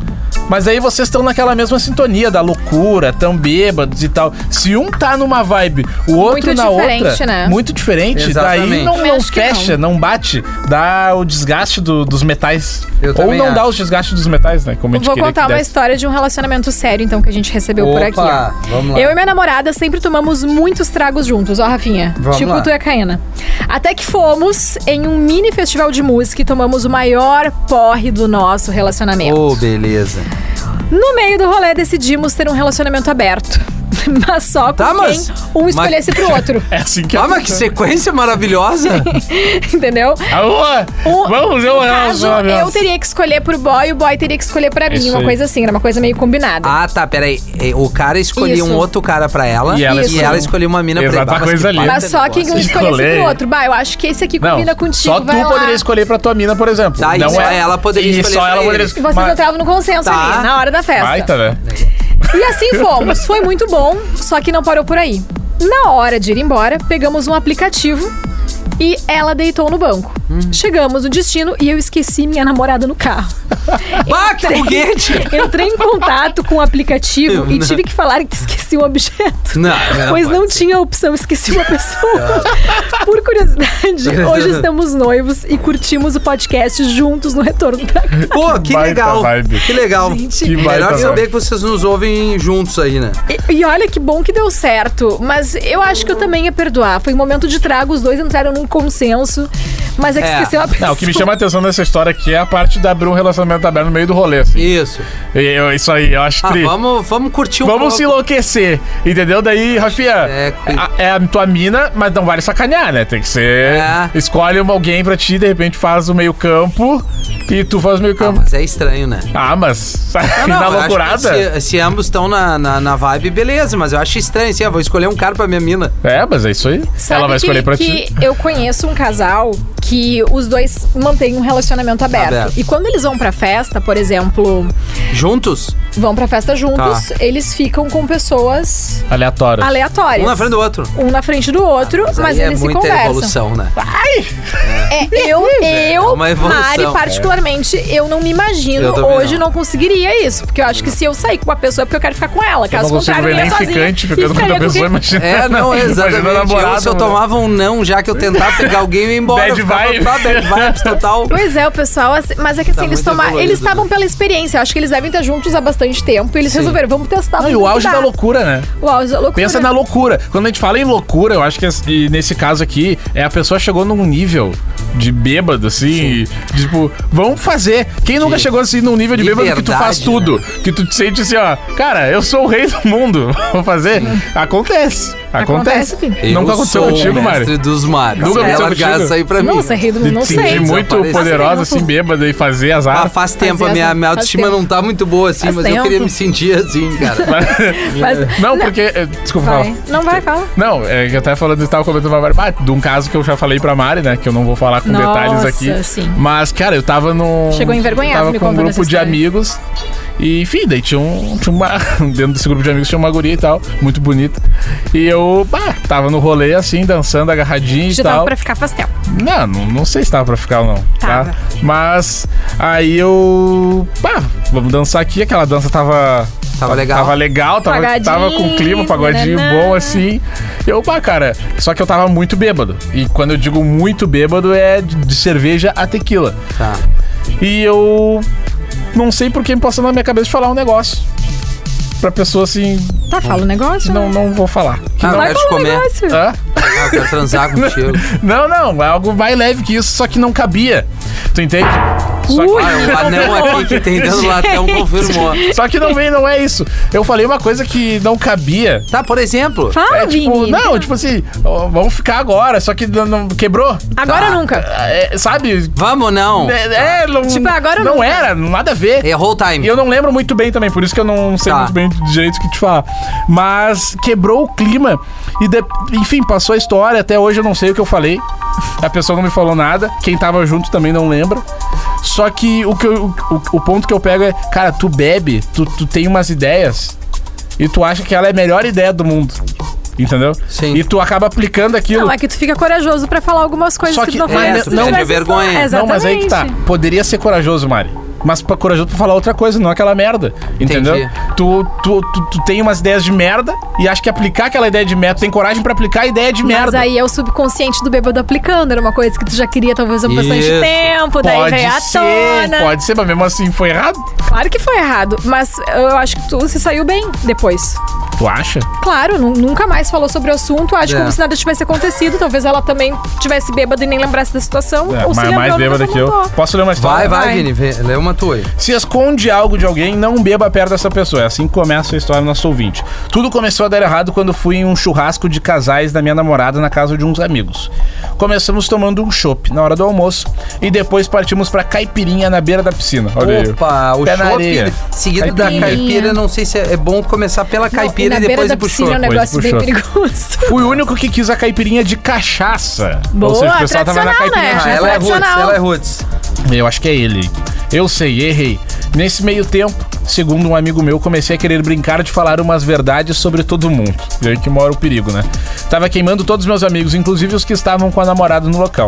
Speaker 4: Mas aí vocês estão naquela mesma sintonia da loucura, tão bêbados e tal. Se um tá numa vibe, o outro
Speaker 3: Muito
Speaker 4: na
Speaker 3: diferente,
Speaker 4: outra,
Speaker 3: né?
Speaker 4: muito diferente, daí
Speaker 2: Exatamente.
Speaker 4: não,
Speaker 3: Eu
Speaker 4: não
Speaker 3: acho que
Speaker 4: fecha, não. bate, dá o desgaste do- dos metais.
Speaker 2: Eu
Speaker 4: Ou
Speaker 2: também
Speaker 4: não dá
Speaker 2: acho.
Speaker 4: os desgastes dos metais, né? Como a gente
Speaker 3: Vou
Speaker 4: queria
Speaker 3: contar
Speaker 4: que
Speaker 3: uma
Speaker 4: desse.
Speaker 3: história de um relacionamento sério, então, que a gente recebeu por
Speaker 2: Opa,
Speaker 3: aqui. ó.
Speaker 2: vamos lá.
Speaker 3: Eu e minha namorada sempre tomamos muitos tragos juntos, ó, Rafinha.
Speaker 2: Vamos
Speaker 3: tipo
Speaker 2: lá.
Speaker 3: tu e a Caena. Até que fomos em um mini festival de música e tomamos o maior porre do nosso relacionamento.
Speaker 2: Ô, beleza.
Speaker 3: No meio do rolê, decidimos ter um relacionamento aberto. Mas só com
Speaker 2: Tá,
Speaker 3: quem
Speaker 2: mas-
Speaker 3: um
Speaker 2: mas-
Speaker 3: escolhesse pro outro,
Speaker 4: É assim que
Speaker 2: Ah, mas que sequência maravilhosa!
Speaker 3: entendeu?
Speaker 4: Alô?
Speaker 3: O-
Speaker 4: Ah, Vamos, eu
Speaker 3: no caso, eu teria que escolher pro boy e o boy teria que escolher pra mim.
Speaker 4: Isso
Speaker 3: uma
Speaker 4: aí.
Speaker 3: coisa assim, era uma coisa meio combinada.
Speaker 2: Ah, tá, peraí. É, O cara escolhia
Speaker 3: Isso.
Speaker 2: um outro cara pra ela
Speaker 4: E ela
Speaker 2: e
Speaker 3: escolheu.
Speaker 2: ela escolheu uma mina pra
Speaker 4: Exata
Speaker 2: ele. Bah, mas
Speaker 4: coisa
Speaker 2: que
Speaker 4: ali.
Speaker 2: baita
Speaker 3: Mas só
Speaker 2: negócio.
Speaker 3: quem um escolhesse
Speaker 4: Escolher.
Speaker 3: pro outro. Bah, eu acho que esse aqui
Speaker 4: Não,
Speaker 3: combina contigo.
Speaker 4: só tu
Speaker 3: vai lá.
Speaker 4: poderia escolher pra tua mina, por exemplo.
Speaker 2: Tá, e
Speaker 4: não
Speaker 2: só
Speaker 4: é...
Speaker 2: ela poderia
Speaker 4: e
Speaker 2: escolher
Speaker 4: só
Speaker 2: pra
Speaker 4: ela
Speaker 2: ele.
Speaker 4: poderia
Speaker 3: E vocês entravam no consenso
Speaker 2: Tá.
Speaker 3: ali, na hora da festa.
Speaker 4: Baita, né? velho.
Speaker 3: E assim fomos. Foi muito bom, só que não parou por aí. Na hora de ir embora, pegamos um aplicativo e ela deitou no banco.
Speaker 4: Hum.
Speaker 3: Chegamos no destino e eu esqueci minha namorada no carro.
Speaker 2: Bah, que foguete!
Speaker 3: Entrei em contato com o aplicativo e tive que falar que esqueci um objeto.
Speaker 2: Não, não,
Speaker 3: pois não
Speaker 2: Ah, pode ser.
Speaker 3: tinha a opção, esqueci uma pessoa. Por curiosidade, hoje estamos noivos e curtimos o podcast juntos no retorno pra casa.
Speaker 2: Pô, que
Speaker 4: Baita
Speaker 2: legal.
Speaker 4: vibe.
Speaker 2: Que legal.
Speaker 3: Gente,
Speaker 4: Que baita
Speaker 2: Melhor
Speaker 4: vibe.
Speaker 2: saber que vocês nos ouvem juntos aí, né?
Speaker 3: E, e olha que bom que deu certo. Mas eu acho que eu também ia perdoar. Foi um momento de trago, os dois entraram num consenso. Mas é que
Speaker 2: É.
Speaker 3: esqueceu a pessoa.
Speaker 4: Não, o que me chama a atenção nessa história aqui é a parte de abrir um relacionamento aberto no meio do rolê, assim.
Speaker 2: Isso.
Speaker 4: E eu- isso aí, eu acho
Speaker 2: Ah,
Speaker 4: tri.
Speaker 2: vamos, vamos curtir um
Speaker 4: Vamos se
Speaker 2: pouco.
Speaker 4: enlouquecer, entendeu? Daí, Rafinha,
Speaker 2: É,
Speaker 4: é,
Speaker 2: cu-
Speaker 4: é a tua mina, mas não vale sacanear, né? Tem que ser.
Speaker 2: É.
Speaker 4: Escolhe uma alguém pra ti, de repente faz o meio-campo e tu faz o
Speaker 2: Ah,
Speaker 4: meio-campo.
Speaker 2: mas é estranho, né?
Speaker 4: Ah, mas.
Speaker 2: Ah,
Speaker 4: na
Speaker 2: eu acho que
Speaker 4: loucurada?
Speaker 2: Se, se ambos estão na, na, na vibe, beleza, mas eu acho estranho, assim, eu vou escolher um cara pra minha mina.
Speaker 4: É, mas é isso aí.
Speaker 3: Sabe
Speaker 4: Ela vai
Speaker 3: que-
Speaker 4: escolher pra
Speaker 3: que
Speaker 4: ti.
Speaker 3: Eu conheço um casal que os dois mantêm um relacionamento aberto.
Speaker 2: Aberto.
Speaker 3: E quando eles vão pra festa, por exemplo,
Speaker 2: Juntos?
Speaker 3: vão pra festa juntos,
Speaker 2: Tá.
Speaker 3: eles ficam com pessoas
Speaker 4: Aleatório.
Speaker 3: aleatórias.
Speaker 2: Um na frente do outro.
Speaker 3: Um na frente do outro, mas,
Speaker 2: aí
Speaker 3: eles
Speaker 2: é
Speaker 3: se
Speaker 2: muita
Speaker 3: conversam.
Speaker 2: evolução, né?
Speaker 3: É, eu, eu,
Speaker 2: uma evolução.
Speaker 3: Mari, particularmente, eu não me imagino
Speaker 2: Eu também
Speaker 3: hoje
Speaker 2: não.
Speaker 3: não. conseguiria isso. Porque eu acho que se eu sair com uma pessoa é porque eu quero ficar com ela.
Speaker 4: Eu
Speaker 3: Caso
Speaker 4: Então, não consigo
Speaker 3: contrário,
Speaker 4: ver
Speaker 3: eu
Speaker 4: nem
Speaker 3: ia sozinha
Speaker 4: ficante,
Speaker 3: e
Speaker 4: ficando com outra
Speaker 3: ficaria com
Speaker 4: pessoa,
Speaker 3: quem-
Speaker 4: imagina.
Speaker 2: É, não,
Speaker 4: Imagina
Speaker 2: exatamente.
Speaker 4: namorado,
Speaker 2: eu, se eu
Speaker 4: mano.
Speaker 2: tomava um não, já que eu tentava pegar alguém, eu ia embora.
Speaker 4: Bad
Speaker 2: eu ficava-
Speaker 4: vibe.
Speaker 2: Tá, bad vibes total.
Speaker 3: Pois é, o pessoal, assim, mas é que assim,
Speaker 2: Tá
Speaker 3: eles
Speaker 2: muito
Speaker 3: tomaram.
Speaker 2: desvalorido,
Speaker 3: Eles estavam pela experiência, eu acho que eles devem estar juntos há bastante tempo. E eles resolveram, vamos
Speaker 2: um
Speaker 3: testar.
Speaker 4: Não, Ah, e
Speaker 3: vamos
Speaker 4: o auge
Speaker 3: mudar.
Speaker 4: da loucura, né?
Speaker 3: O auge da loucura.
Speaker 4: Pensa na loucura. Quando a gente fala em loucura, eu acho que as- e nesse caso aqui, é a pessoa chegou num nível de bêbado, assim, e, tipo, vamos fazer. Quem nunca chegou assim num nível de bêbado que tu
Speaker 2: liberdade,
Speaker 4: faz tudo?
Speaker 3: né?
Speaker 4: Que tu te sente assim, ó, cara, eu sou o rei do mundo, vou fazer. Acontece. Acontece.
Speaker 3: Acontece, Pinto.
Speaker 2: Eu
Speaker 4: nunca aconteceu
Speaker 2: sou o
Speaker 4: contigo,
Speaker 2: mestre
Speaker 4: Mário.
Speaker 2: dos mares.
Speaker 4: Nunca
Speaker 2: Se
Speaker 4: aconteceu
Speaker 2: ela largar
Speaker 4: contigo?
Speaker 2: isso aí pra mim.
Speaker 3: Nossa, rei um do mundo, não
Speaker 4: De te sentir
Speaker 3: sei.
Speaker 4: muito
Speaker 2: Desapareceu.
Speaker 4: poderosa, assim, bêbada e fazer azar.
Speaker 2: Ah, faz tempo, a
Speaker 3: Faz
Speaker 2: minha,
Speaker 3: tempo,
Speaker 2: minha
Speaker 3: faz
Speaker 2: autoestima
Speaker 3: tempo.
Speaker 2: não tá muito boa, assim,
Speaker 3: Faz
Speaker 2: mas eu
Speaker 3: tempo.
Speaker 2: queria me sentir assim, cara.
Speaker 3: Mas-
Speaker 4: Não, porque. eh, Desculpa, fala.
Speaker 3: Vai. Não vai, fala.
Speaker 4: Não, é que eu tava falando, eu tava comentando pra Mari, ah, de um caso que eu já falei pra Mari, né? Que eu não vou falar com
Speaker 3: Nossa,
Speaker 4: detalhes aqui.
Speaker 3: sim.
Speaker 4: Mas, cara, eu tava num.
Speaker 3: Chegou envergonhado
Speaker 4: Tava
Speaker 3: me
Speaker 4: com um
Speaker 3: contando
Speaker 4: grupo
Speaker 3: essa
Speaker 4: de
Speaker 3: história.
Speaker 4: amigos. E, enfim, daí tinha um. Tinha uma, dentro desse grupo de amigos tinha uma guria e tal, muito bonita. E eu, pá, tava no rolê assim, dançando, agarradinho
Speaker 3: Já
Speaker 4: e tal.
Speaker 3: tava pra ficar pastel.
Speaker 4: Não, não, não sei se tava pra ficar ou não.
Speaker 3: Tava.
Speaker 4: Tá? Mas aí eu. Pá, vamos dançar aqui. Aquela dança tava.
Speaker 2: Tava legal.
Speaker 4: Tava legal, tava,
Speaker 3: Pagodinho,
Speaker 4: tava com clima, um pagodinho
Speaker 3: nananã.
Speaker 4: bom assim. Eu, pá, cara. Só que eu tava muito bêbado. E quando eu digo muito bêbado, é de de cerveja a tequila.
Speaker 2: Tá.
Speaker 4: E eu. Não sei por que me passou na minha cabeça de falar um negócio. Pra pessoa assim.
Speaker 3: Tá, fala o negócio.
Speaker 4: Não, não vou falar.
Speaker 2: Ah, eu
Speaker 3: Vai
Speaker 2: quero te
Speaker 3: falar o
Speaker 2: comer.
Speaker 3: negócio.
Speaker 4: Hã?
Speaker 2: Ah, eu quero transar contigo.
Speaker 4: Não, não, é algo mais leve que isso, só que não cabia. Tu entende? Só que-
Speaker 2: Ah, o anel aqui que tá tem dentro do latão um confirmou.
Speaker 4: Só que não vem, não é isso. Eu falei uma coisa que não cabia.
Speaker 2: Tá, por exemplo,
Speaker 3: Fala,
Speaker 4: É tipo,
Speaker 3: Vini.
Speaker 4: não, tipo assim, ó, vamos ficar agora, só que não, não- quebrou.
Speaker 3: Agora
Speaker 2: Tá.
Speaker 3: ou nunca.
Speaker 4: É, sabe?
Speaker 2: vamos não.
Speaker 4: É, é, não,
Speaker 3: Tipo, agora
Speaker 4: não
Speaker 3: não.
Speaker 4: era, nada a ver.
Speaker 2: Errou o
Speaker 4: E
Speaker 2: time.
Speaker 4: eu não lembro muito bem também, por isso que eu não sei
Speaker 2: Tá.
Speaker 4: muito bem do jeito que te falar. Mas quebrou o clima e, de- enfim, passou a história. Até hoje eu não sei o que eu falei. A pessoa não me falou nada. Quem tava junto também não lembra. Só que o, que eu- o, o ponto que eu pego é, cara, tu bebe, tu, tu tem umas ideias e tu acha que ela é a melhor ideia do mundo. Entendeu?
Speaker 2: Sim.
Speaker 4: E tu acaba aplicando aquilo.
Speaker 3: Não, é que tu fica corajoso pra falar algumas coisas
Speaker 4: Só
Speaker 3: que,
Speaker 4: que-
Speaker 3: tu não
Speaker 4: é,
Speaker 3: faria se tu
Speaker 2: não,
Speaker 3: tivesse-
Speaker 2: de vergonha.
Speaker 3: Exatamente.
Speaker 4: Não, mas aí que tá. Poderia ser corajoso, Mari. Mas pra, corajoso pra falar outra coisa, não aquela merda. Entendeu?
Speaker 2: Entendi.
Speaker 4: Tu, tu, tu, tu tem umas ideias de merda e acha que aplicar aquela ideia de merda, tu tem coragem pra aplicar a ideia de
Speaker 3: Mas
Speaker 4: merda.
Speaker 3: aí é o subconsciente do bêbado aplicando. Era uma coisa que tu já queria talvez há bastante
Speaker 2: Isso.
Speaker 3: tempo. Daí veio à
Speaker 4: ser,
Speaker 3: tona.
Speaker 4: pode ser, mas mesmo assim foi errado.
Speaker 3: Claro que foi errado. Mas eu acho que tu se saiu bem depois.
Speaker 4: Tu acha?
Speaker 3: Claro, nu- nunca mais falou sobre o assunto. Acho
Speaker 2: É.
Speaker 3: como se nada tivesse acontecido. Talvez ela também tivesse bêbada e nem lembrasse da situação.
Speaker 4: É,
Speaker 3: ou se
Speaker 4: mais,
Speaker 3: lembrou,
Speaker 4: mais
Speaker 3: nunca
Speaker 4: bêbada que eu.
Speaker 3: comentou.
Speaker 4: Posso ler uma
Speaker 2: Vai,
Speaker 4: história?
Speaker 2: vai, Vini, vê, lê uma tua aí.
Speaker 4: Se esconde algo de alguém, não beba perto dessa pessoa. É assim que começa a história do nosso ouvinte. Tudo começou a dar errado quando fui em um churrasco de casais da minha namorada na casa de uns amigos. Começamos tomando um chopp na hora do almoço e depois partimos pra caipirinha na beira da piscina. Olha aí.
Speaker 2: Opa, o
Speaker 4: Pé na areia.
Speaker 2: chopp seguido da
Speaker 4: Caipirinha.
Speaker 2: caipira, não sei se é é bom começar pela
Speaker 3: Não,
Speaker 2: caipira
Speaker 3: na
Speaker 2: e
Speaker 3: beira
Speaker 2: depois
Speaker 3: da
Speaker 2: ir pro
Speaker 3: piscina é um
Speaker 2: chopp.
Speaker 4: depois
Speaker 3: negócio bem
Speaker 4: puxou.
Speaker 3: perigoso.
Speaker 4: Fui o único que quis a caipirinha de cachaça.
Speaker 3: Boa,
Speaker 4: Ou seja, o pessoal tava na
Speaker 3: tradicional,
Speaker 4: caipirinha
Speaker 3: né?
Speaker 2: Ah,
Speaker 4: de
Speaker 2: ela é roots,
Speaker 3: Tradicional.
Speaker 2: ela é roots.
Speaker 4: Eu acho que é ele. Eu sei, errei. Nesse meio tempo, segundo um amigo meu, comecei a querer brincar de falar umas verdades sobre todo mundo. E aí que mora o perigo, né? Tava queimando todos meus amigos, inclusive os que estavam com a namorada no local.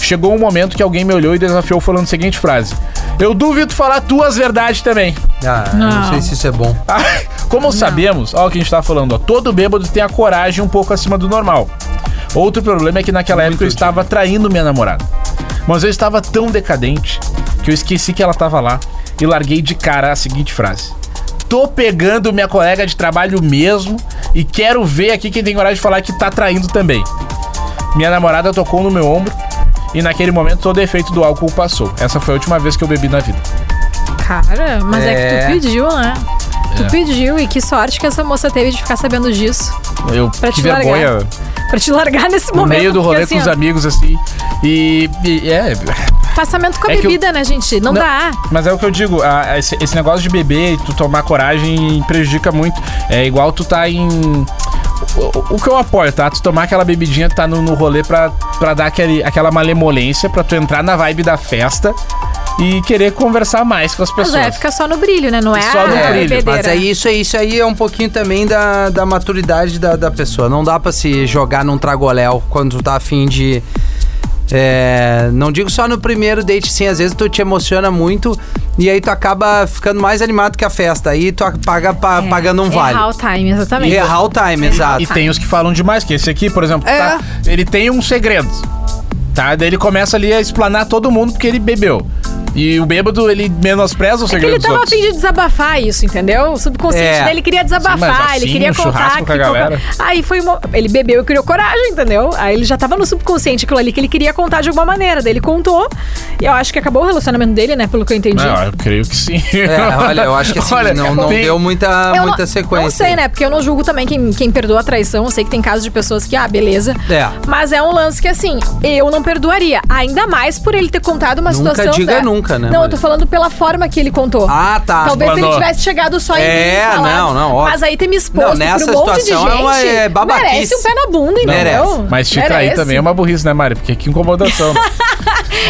Speaker 4: Chegou um momento que alguém me olhou e desafiou falando a seguinte frase: Eu duvido falar tuas verdades também.
Speaker 2: Ah, não sei se isso é bom.
Speaker 4: Ai, Como sabemos, olha o que a gente tá falando, ó, todo bêbado tem a coragem um pouco acima do normal. Outro problema é que naquela época eu estava traindo minha namorada. Mas eu estava tão decadente que eu esqueci que ela estava lá e larguei de cara a seguinte frase. Tô pegando minha colega de trabalho mesmo e quero ver aqui quem tem coragem de falar que tá traindo também. Minha namorada tocou no meu ombro e naquele momento todo o efeito do álcool passou. Essa foi a última vez que eu bebi na vida.
Speaker 3: Cara, mas é.
Speaker 2: É.
Speaker 3: que tu pediu, né? Tu
Speaker 4: É.
Speaker 3: pediu e que sorte que essa moça teve de ficar sabendo disso.
Speaker 4: Eu,
Speaker 3: Pra
Speaker 4: que
Speaker 3: te largar.
Speaker 4: vergonha.
Speaker 3: Pra te largar nesse
Speaker 4: no
Speaker 3: momento.
Speaker 4: meio do
Speaker 3: porque,
Speaker 4: rolê
Speaker 3: assim,
Speaker 4: com os
Speaker 3: ó,
Speaker 4: amigos, assim. E, e- é.
Speaker 3: Passamento com a
Speaker 4: É que eu-
Speaker 3: bebida, né, gente? Não,
Speaker 4: Não.
Speaker 3: dá.
Speaker 4: Mas é o que eu digo, a- a esse, esse negócio de beber e tu tomar coragem prejudica muito. É igual tu tá em. O, o que eu apoio, tá? Tu tomar aquela bebidinha, tá no, no rolê pra, pra dar aquele, aquela malemolência, pra tu entrar na vibe da festa e querer conversar mais com as
Speaker 3: Mas é,
Speaker 4: pessoas.
Speaker 3: fica só no brilho, né? Não é
Speaker 4: Só no
Speaker 3: a
Speaker 4: brilho,
Speaker 3: bebedeira.
Speaker 2: Mas é isso, é isso aí é um pouquinho também da, da maturidade da, da pessoa. Não dá pra se jogar num tragoléu quando tu tá afim de. é, não digo só no primeiro date, sim, às vezes tu te emociona muito e aí tu acaba ficando mais animado que a festa. Aí tu paga pa-
Speaker 3: É,
Speaker 2: pagando um vale.
Speaker 3: Errar o time, exatamente. É
Speaker 2: E
Speaker 4: é
Speaker 2: errar o time, exato.
Speaker 4: E
Speaker 3: Tá.
Speaker 4: tem os que falam demais, que esse aqui, por exemplo,
Speaker 2: É.
Speaker 4: tá- ele tem um segredo. Tá? Daí ele começa ali a explanar todo mundo porque ele bebeu. E o bêbado, ele menospreza o
Speaker 3: É que
Speaker 4: segredo
Speaker 3: ele
Speaker 4: dos
Speaker 3: tava a
Speaker 4: outros.
Speaker 3: fim de desabafar isso, entendeu? O subconsciente
Speaker 2: É.
Speaker 3: dele queria
Speaker 4: Sim,
Speaker 3: desabafar,
Speaker 4: mas
Speaker 3: ele
Speaker 4: assim,
Speaker 3: queria
Speaker 4: um
Speaker 3: contar
Speaker 4: churrasco
Speaker 3: que
Speaker 4: com a
Speaker 3: ficou-
Speaker 4: galera.
Speaker 3: Aí foi uma... ele bebeu e criou coragem, entendeu? Aí ele já tava no subconsciente aquilo ali que ele queria contar de alguma maneira, daí ele contou. E eu acho que acabou o relacionamento dele, né, pelo que eu entendi.
Speaker 4: Não, É, eu creio que sim.
Speaker 2: É, olha, eu acho que assim, não, não
Speaker 4: tem-
Speaker 2: deu muita,
Speaker 3: Eu
Speaker 2: muita
Speaker 3: não,
Speaker 2: sequência.
Speaker 3: Não sei, né? Porque eu não julgo também quem, quem perdoa a traição. Eu sei que tem casos de pessoas que, ah, beleza.
Speaker 2: É.
Speaker 3: Mas é um lance que, assim, eu não perdoaria. Ainda mais por ele ter contado uma
Speaker 2: Nunca
Speaker 3: situação.
Speaker 2: diga
Speaker 3: né?
Speaker 2: nunca, né,
Speaker 3: Não, eu
Speaker 2: Maria?
Speaker 3: tô falando pela forma que ele contou.
Speaker 2: Ah, tá.
Speaker 3: Talvez se ele
Speaker 4: Explanou.
Speaker 3: tivesse chegado só em
Speaker 2: É,
Speaker 3: mim e falado.
Speaker 2: não, não, óbvio.
Speaker 3: Mas aí ter me
Speaker 2: Não,
Speaker 3: exposto
Speaker 2: nessa
Speaker 3: pra um monte de
Speaker 2: situação é uma-
Speaker 3: gente.
Speaker 2: é babaquice.
Speaker 3: merece um pé na bunda,
Speaker 2: Não,
Speaker 3: entendeu?
Speaker 2: merece.
Speaker 4: Mas te trair
Speaker 3: Merece.
Speaker 4: também é uma burrice, né, Mari? Porque que incomodação. né?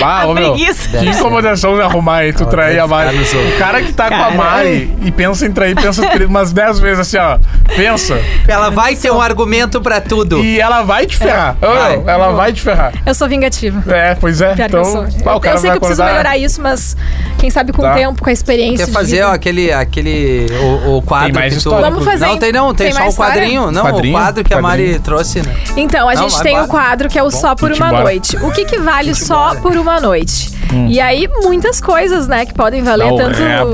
Speaker 4: Bah,
Speaker 3: A
Speaker 4: ô, meu,
Speaker 3: preguiça.
Speaker 4: que incomodação de arrumar aí, tu trair a Mari.
Speaker 2: deve ficar no
Speaker 4: O cara que tá com a
Speaker 3: Cara.
Speaker 4: Mari e pensa em trair, pensa umas 10 vezes assim, ó. Pensa.
Speaker 2: Ela vai ter um argumento pra tudo.
Speaker 4: E ela vai te ferrar. Ô,
Speaker 2: É. Vai.
Speaker 4: meu, ela vai te ferrar.
Speaker 3: Eu sou vingativa.
Speaker 4: É, pois é.
Speaker 3: Pior
Speaker 4: então,
Speaker 3: que eu sou.
Speaker 4: pá, o
Speaker 3: eu,
Speaker 4: cara
Speaker 3: eu sei
Speaker 4: vai
Speaker 3: que eu preciso
Speaker 4: acordar-
Speaker 3: melhorar isso, mas quem sabe com
Speaker 4: Tá.
Speaker 3: o tempo, com a experiência.
Speaker 2: Quer
Speaker 3: de
Speaker 2: fazer
Speaker 3: vida.
Speaker 2: ó, aquele, aquele o, o quadro
Speaker 4: mais
Speaker 2: que tu...
Speaker 4: história.
Speaker 3: Vamos fazer,
Speaker 2: Não
Speaker 3: hein?
Speaker 2: tem não, tem,
Speaker 3: Tem
Speaker 2: só
Speaker 3: mais
Speaker 2: o quadrinho,
Speaker 3: história?
Speaker 2: não,
Speaker 4: Quadrinho,
Speaker 2: o quadro que a Mari
Speaker 4: quadrinho.
Speaker 2: trouxe, né?
Speaker 3: Então, a
Speaker 2: Não,
Speaker 3: gente
Speaker 2: vai,
Speaker 3: tem
Speaker 2: bora.
Speaker 3: o quadro que é o Só por
Speaker 4: gente,
Speaker 3: uma
Speaker 4: bora.
Speaker 3: noite. O que que vale só por uma noite? E aí, muitas coisas, né, que podem valer
Speaker 4: Hum. Não,
Speaker 3: tanto.
Speaker 4: é.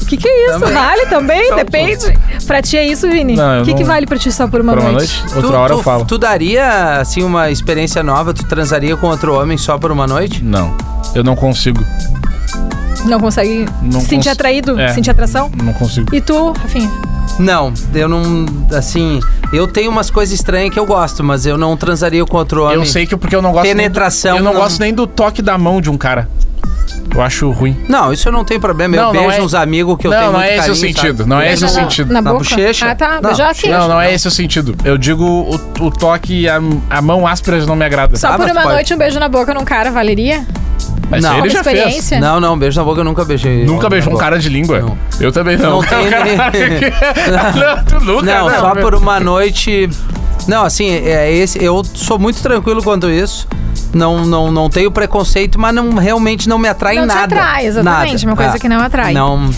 Speaker 3: O que, que é isso?
Speaker 2: Também. um
Speaker 3: Vale também? Depende. Pra ti é isso, Vini?
Speaker 4: Não, eu
Speaker 3: o que, que
Speaker 4: não-
Speaker 3: vale pra ti só por uma,
Speaker 4: Por uma
Speaker 3: noite?
Speaker 4: noite? Outra hora
Speaker 2: tu,
Speaker 4: eu falo.
Speaker 2: Tu daria, assim, uma experiência nova? Tu transaria com outro homem só por uma noite?
Speaker 4: Não, eu não consigo.
Speaker 3: Não consegue
Speaker 4: Não
Speaker 3: se sentir
Speaker 4: cons-
Speaker 3: atraído,
Speaker 4: É.
Speaker 3: sentir atração?
Speaker 4: Não consigo.
Speaker 3: E tu, Rafinha?
Speaker 2: Não, eu não. Assim, eu tenho umas coisas estranhas que eu gosto, mas eu não transaria com outro homem.
Speaker 4: Eu sei que é porque eu não gosto. nem-
Speaker 2: Penetração,
Speaker 4: eu não,
Speaker 2: não.
Speaker 4: gosto nem do toque da mão de um cara. Eu acho ruim.
Speaker 2: Não, isso eu não tenho problema.
Speaker 4: Não,
Speaker 2: Eu
Speaker 4: não
Speaker 2: vejo
Speaker 4: é-
Speaker 2: uns amigos que eu
Speaker 4: não,
Speaker 2: tenho
Speaker 4: não
Speaker 2: muito
Speaker 4: é esse o
Speaker 2: carinho,
Speaker 4: sentido.
Speaker 2: sabe?
Speaker 4: Não é esse o
Speaker 3: Beijar na-
Speaker 4: sentido.
Speaker 3: Na,
Speaker 2: Na
Speaker 3: boca?
Speaker 2: bochecha?
Speaker 3: Ah, tá.
Speaker 2: Não.
Speaker 3: Beijar aqui.
Speaker 4: Não, não é esse o sentido. Eu digo o, o toque e a, a mão áspera não me agrada.
Speaker 3: Só
Speaker 2: Ah,
Speaker 3: por
Speaker 2: mas
Speaker 3: uma
Speaker 2: pode.
Speaker 3: noite, um beijo na boca num cara, valeria?
Speaker 4: É. Mas
Speaker 2: Não.
Speaker 4: ele já fez.
Speaker 3: Experiência?
Speaker 2: Não, não, beijo na boca eu nunca beijei.
Speaker 4: Nunca beijou um
Speaker 2: Na boca.
Speaker 4: cara de língua?
Speaker 2: Não.
Speaker 4: Eu também não.
Speaker 2: Não tem-
Speaker 4: Não, tu nunca,
Speaker 2: Não,
Speaker 4: né?
Speaker 2: só por uma noite. Não, assim, é esse. Eu sou muito tranquilo quanto isso. Não, não, não tenho preconceito, mas não, realmente não me atrai em
Speaker 3: Não te
Speaker 2: nada.
Speaker 3: atrai, exatamente,
Speaker 2: Nada.
Speaker 3: uma coisa
Speaker 2: Ah,
Speaker 3: que não atrai.
Speaker 2: Não.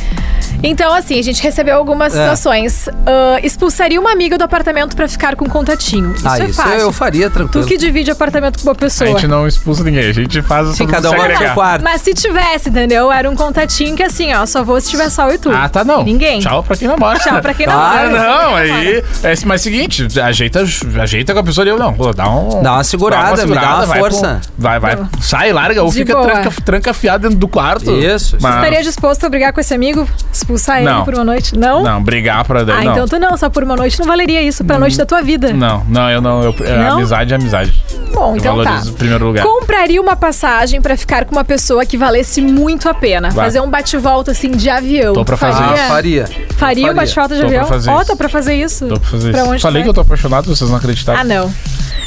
Speaker 3: Então, assim, a gente recebeu algumas
Speaker 2: É.
Speaker 3: situações. Ah, expulsaria uma amiga do apartamento pra ficar com um contatinho. Isso
Speaker 2: ah,
Speaker 3: é
Speaker 2: isso
Speaker 3: fácil.
Speaker 2: eu faria
Speaker 3: Tu
Speaker 2: tranquilo.
Speaker 3: que divide apartamento com uma
Speaker 4: A
Speaker 3: pessoa.
Speaker 4: gente não expulsa ninguém, a gente faz o
Speaker 2: Sim, cada um vai pro seu quarto.
Speaker 3: Mas se tivesse, entendeu? Era um contatinho que assim, ó, só vou se tiver sol e tudo.
Speaker 4: Ah, tá não.
Speaker 3: Ninguém.
Speaker 4: Tchau pra quem namora.
Speaker 3: Tchau pra quem
Speaker 2: Ah,
Speaker 4: Ah,
Speaker 3: namora.
Speaker 4: não, aí. É, mas seguinte, ajeita, ajeita com a pessoa e eu não. Pô, dá, um,
Speaker 2: Dá uma segurada, me dá uma
Speaker 4: vai
Speaker 2: força.
Speaker 4: pro- vai, vai. Sai, larga, ou
Speaker 3: De
Speaker 4: fica
Speaker 3: boa.
Speaker 4: tranca, tranca afiado dentro do quarto.
Speaker 2: Isso.
Speaker 4: Mas-
Speaker 3: Estaria disposto a brigar com esse amigo? Expulsar
Speaker 4: Não.
Speaker 3: ele por uma noite? Não?
Speaker 4: Não, brigar pra daí.
Speaker 3: Então? Ah,
Speaker 4: não. Hum.
Speaker 3: então tu não, só por uma noite não valeria isso, pra noite da tua vida.
Speaker 4: Não, não, eu não. Eu, é,
Speaker 3: Não?
Speaker 4: Amizade é amizade.
Speaker 3: Bom, então
Speaker 4: eu
Speaker 3: tá.
Speaker 4: valorizo em primeiro lugar.
Speaker 3: Compraria uma passagem pra ficar com uma pessoa que valesse muito a pena.
Speaker 4: Vai.
Speaker 3: Fazer um bate-volta assim de avião.
Speaker 4: Tô pra fazer
Speaker 2: Ah,
Speaker 3: faria,
Speaker 2: faria.
Speaker 3: Faria um bate-volta de
Speaker 4: Tô pra
Speaker 3: avião?
Speaker 4: fazer
Speaker 3: Ó,
Speaker 4: isso.
Speaker 3: tô pra fazer isso.
Speaker 4: Tô pra fazer
Speaker 3: pra
Speaker 4: isso.
Speaker 3: onde
Speaker 4: Falei
Speaker 3: vai?
Speaker 4: que eu tô apaixonado, vocês não acreditaram.
Speaker 3: Ah, não.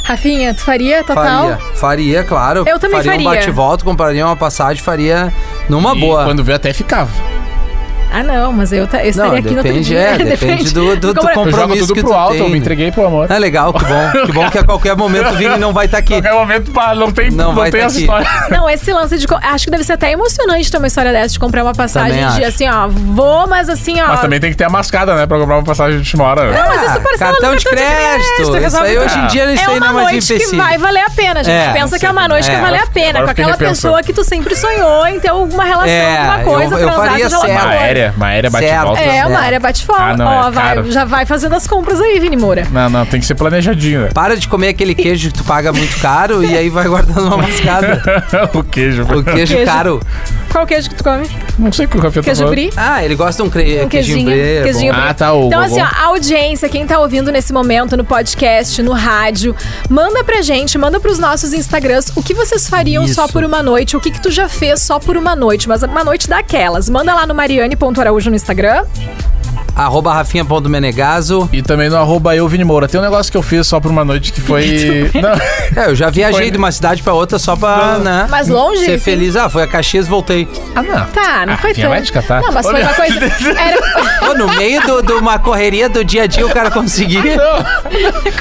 Speaker 3: Rafinha, tu faria total?
Speaker 2: Faria, faria, claro.
Speaker 3: Eu também
Speaker 2: Faria um
Speaker 3: faria.
Speaker 2: bate-volta, compraria uma passagem, faria numa
Speaker 4: E
Speaker 2: boa.
Speaker 4: Quando vê, até ficava.
Speaker 3: Ah, não, mas eu, ta- eu estaria
Speaker 2: Não,
Speaker 3: aqui no outro
Speaker 2: depende,
Speaker 3: dia.
Speaker 2: é, depende do- do- do
Speaker 3: compra-
Speaker 2: com-
Speaker 4: Eu jogo
Speaker 2: Compromisso
Speaker 4: tudo
Speaker 2: que
Speaker 4: pro
Speaker 2: tu
Speaker 4: alto,
Speaker 2: tem,
Speaker 4: eu me
Speaker 2: né?
Speaker 4: entreguei pro amor.
Speaker 2: É legal, que bom. Que bom que a qualquer momento o Vini não vai estar aqui.
Speaker 4: Qualquer momento, pá, não tem,
Speaker 2: Não
Speaker 4: não
Speaker 2: vai
Speaker 4: tem
Speaker 2: tá
Speaker 4: essa
Speaker 2: aqui.
Speaker 4: história.
Speaker 3: Não, esse lance de. co- Acho que deve ser até emocionante ter uma história dessa, de comprar uma passagem
Speaker 2: Também
Speaker 3: de
Speaker 2: acho.
Speaker 3: assim, ó, vou, mas assim, ó.
Speaker 4: Mas também tem que ter a mascada, né? Pra comprar uma passagem de última hora.
Speaker 3: Não, mas isso parcela
Speaker 2: cartão
Speaker 3: no
Speaker 2: de
Speaker 3: cartão de
Speaker 2: crédito.
Speaker 3: crédito,
Speaker 2: Isso aí
Speaker 3: resolve
Speaker 2: hoje em
Speaker 4: tudo.
Speaker 2: dia isso
Speaker 3: é
Speaker 2: aí não
Speaker 3: uma
Speaker 2: é mais
Speaker 3: noite que
Speaker 2: empecilho.
Speaker 3: vai valer a pena, gente.
Speaker 2: É,
Speaker 3: Pensa que é uma noite
Speaker 2: é,
Speaker 3: que vai valer a
Speaker 4: agora
Speaker 3: pena, com
Speaker 4: eu fiquei
Speaker 3: aquela
Speaker 4: repensando.
Speaker 3: pessoa que tu sempre sonhou em ter alguma relação,
Speaker 2: É,
Speaker 3: alguma coisa,
Speaker 2: eu- eu
Speaker 3: transar,
Speaker 2: faria
Speaker 3: seja lá o que
Speaker 2: certo.
Speaker 4: Uma
Speaker 3: for.
Speaker 4: aérea, uma aérea bate
Speaker 2: É, Certo.
Speaker 4: volta.
Speaker 3: É, uma
Speaker 2: É.
Speaker 3: área bate fora.
Speaker 4: é, Ah, não,
Speaker 3: ó,
Speaker 4: é
Speaker 3: vai-
Speaker 4: caro.
Speaker 3: já vai fazendo as compras aí, Vini Moura.
Speaker 4: Não, não, tem que ser planejadinho, né?
Speaker 2: Para de comer aquele queijo que tu paga muito caro e aí vai guardando uma mascada.
Speaker 4: o queijo.
Speaker 2: O queijo,
Speaker 3: Queijo.
Speaker 2: caro.
Speaker 3: Qual queijo que tu come?
Speaker 4: Não sei o que o Rafael tá
Speaker 3: Queijo
Speaker 4: falando.
Speaker 3: brie?
Speaker 2: Ah, ele gosta de um cre... queijinho,
Speaker 3: Um queijinho,
Speaker 2: brie, é bom.
Speaker 3: queijinho
Speaker 4: Ah, tá, o
Speaker 3: Então,
Speaker 4: vovô.
Speaker 3: assim, ó, a audiência, quem tá ouvindo nesse momento no podcast, no rádio, manda pra gente, manda pros nossos Instagrams o que vocês fariam
Speaker 2: Isso.
Speaker 3: só por uma noite, o que que tu já fez só por uma noite, mas uma noite daquelas. Manda lá no mariane.araújo no Instagram.
Speaker 2: Arroba rafinha.menegaso.
Speaker 4: E também no arroba eu, Vini Moura. Tem um negócio que eu fiz só por uma noite que foi... Não.
Speaker 2: É, eu já viajei
Speaker 4: Foi-
Speaker 2: de uma cidade pra outra só pra, né?
Speaker 3: né? Mas longe,
Speaker 2: Ser
Speaker 3: enfim.
Speaker 2: feliz. Ah, foi a Caxias, voltei.
Speaker 4: Ah, não.
Speaker 3: Tá, não
Speaker 4: Ah,
Speaker 3: foi
Speaker 4: Rafinha,
Speaker 3: tanto.
Speaker 4: vai te catar.
Speaker 3: Não, mas foi uma coisa. Era...
Speaker 2: Pô, no meio do- de uma correria do dia a dia o cara conseguir.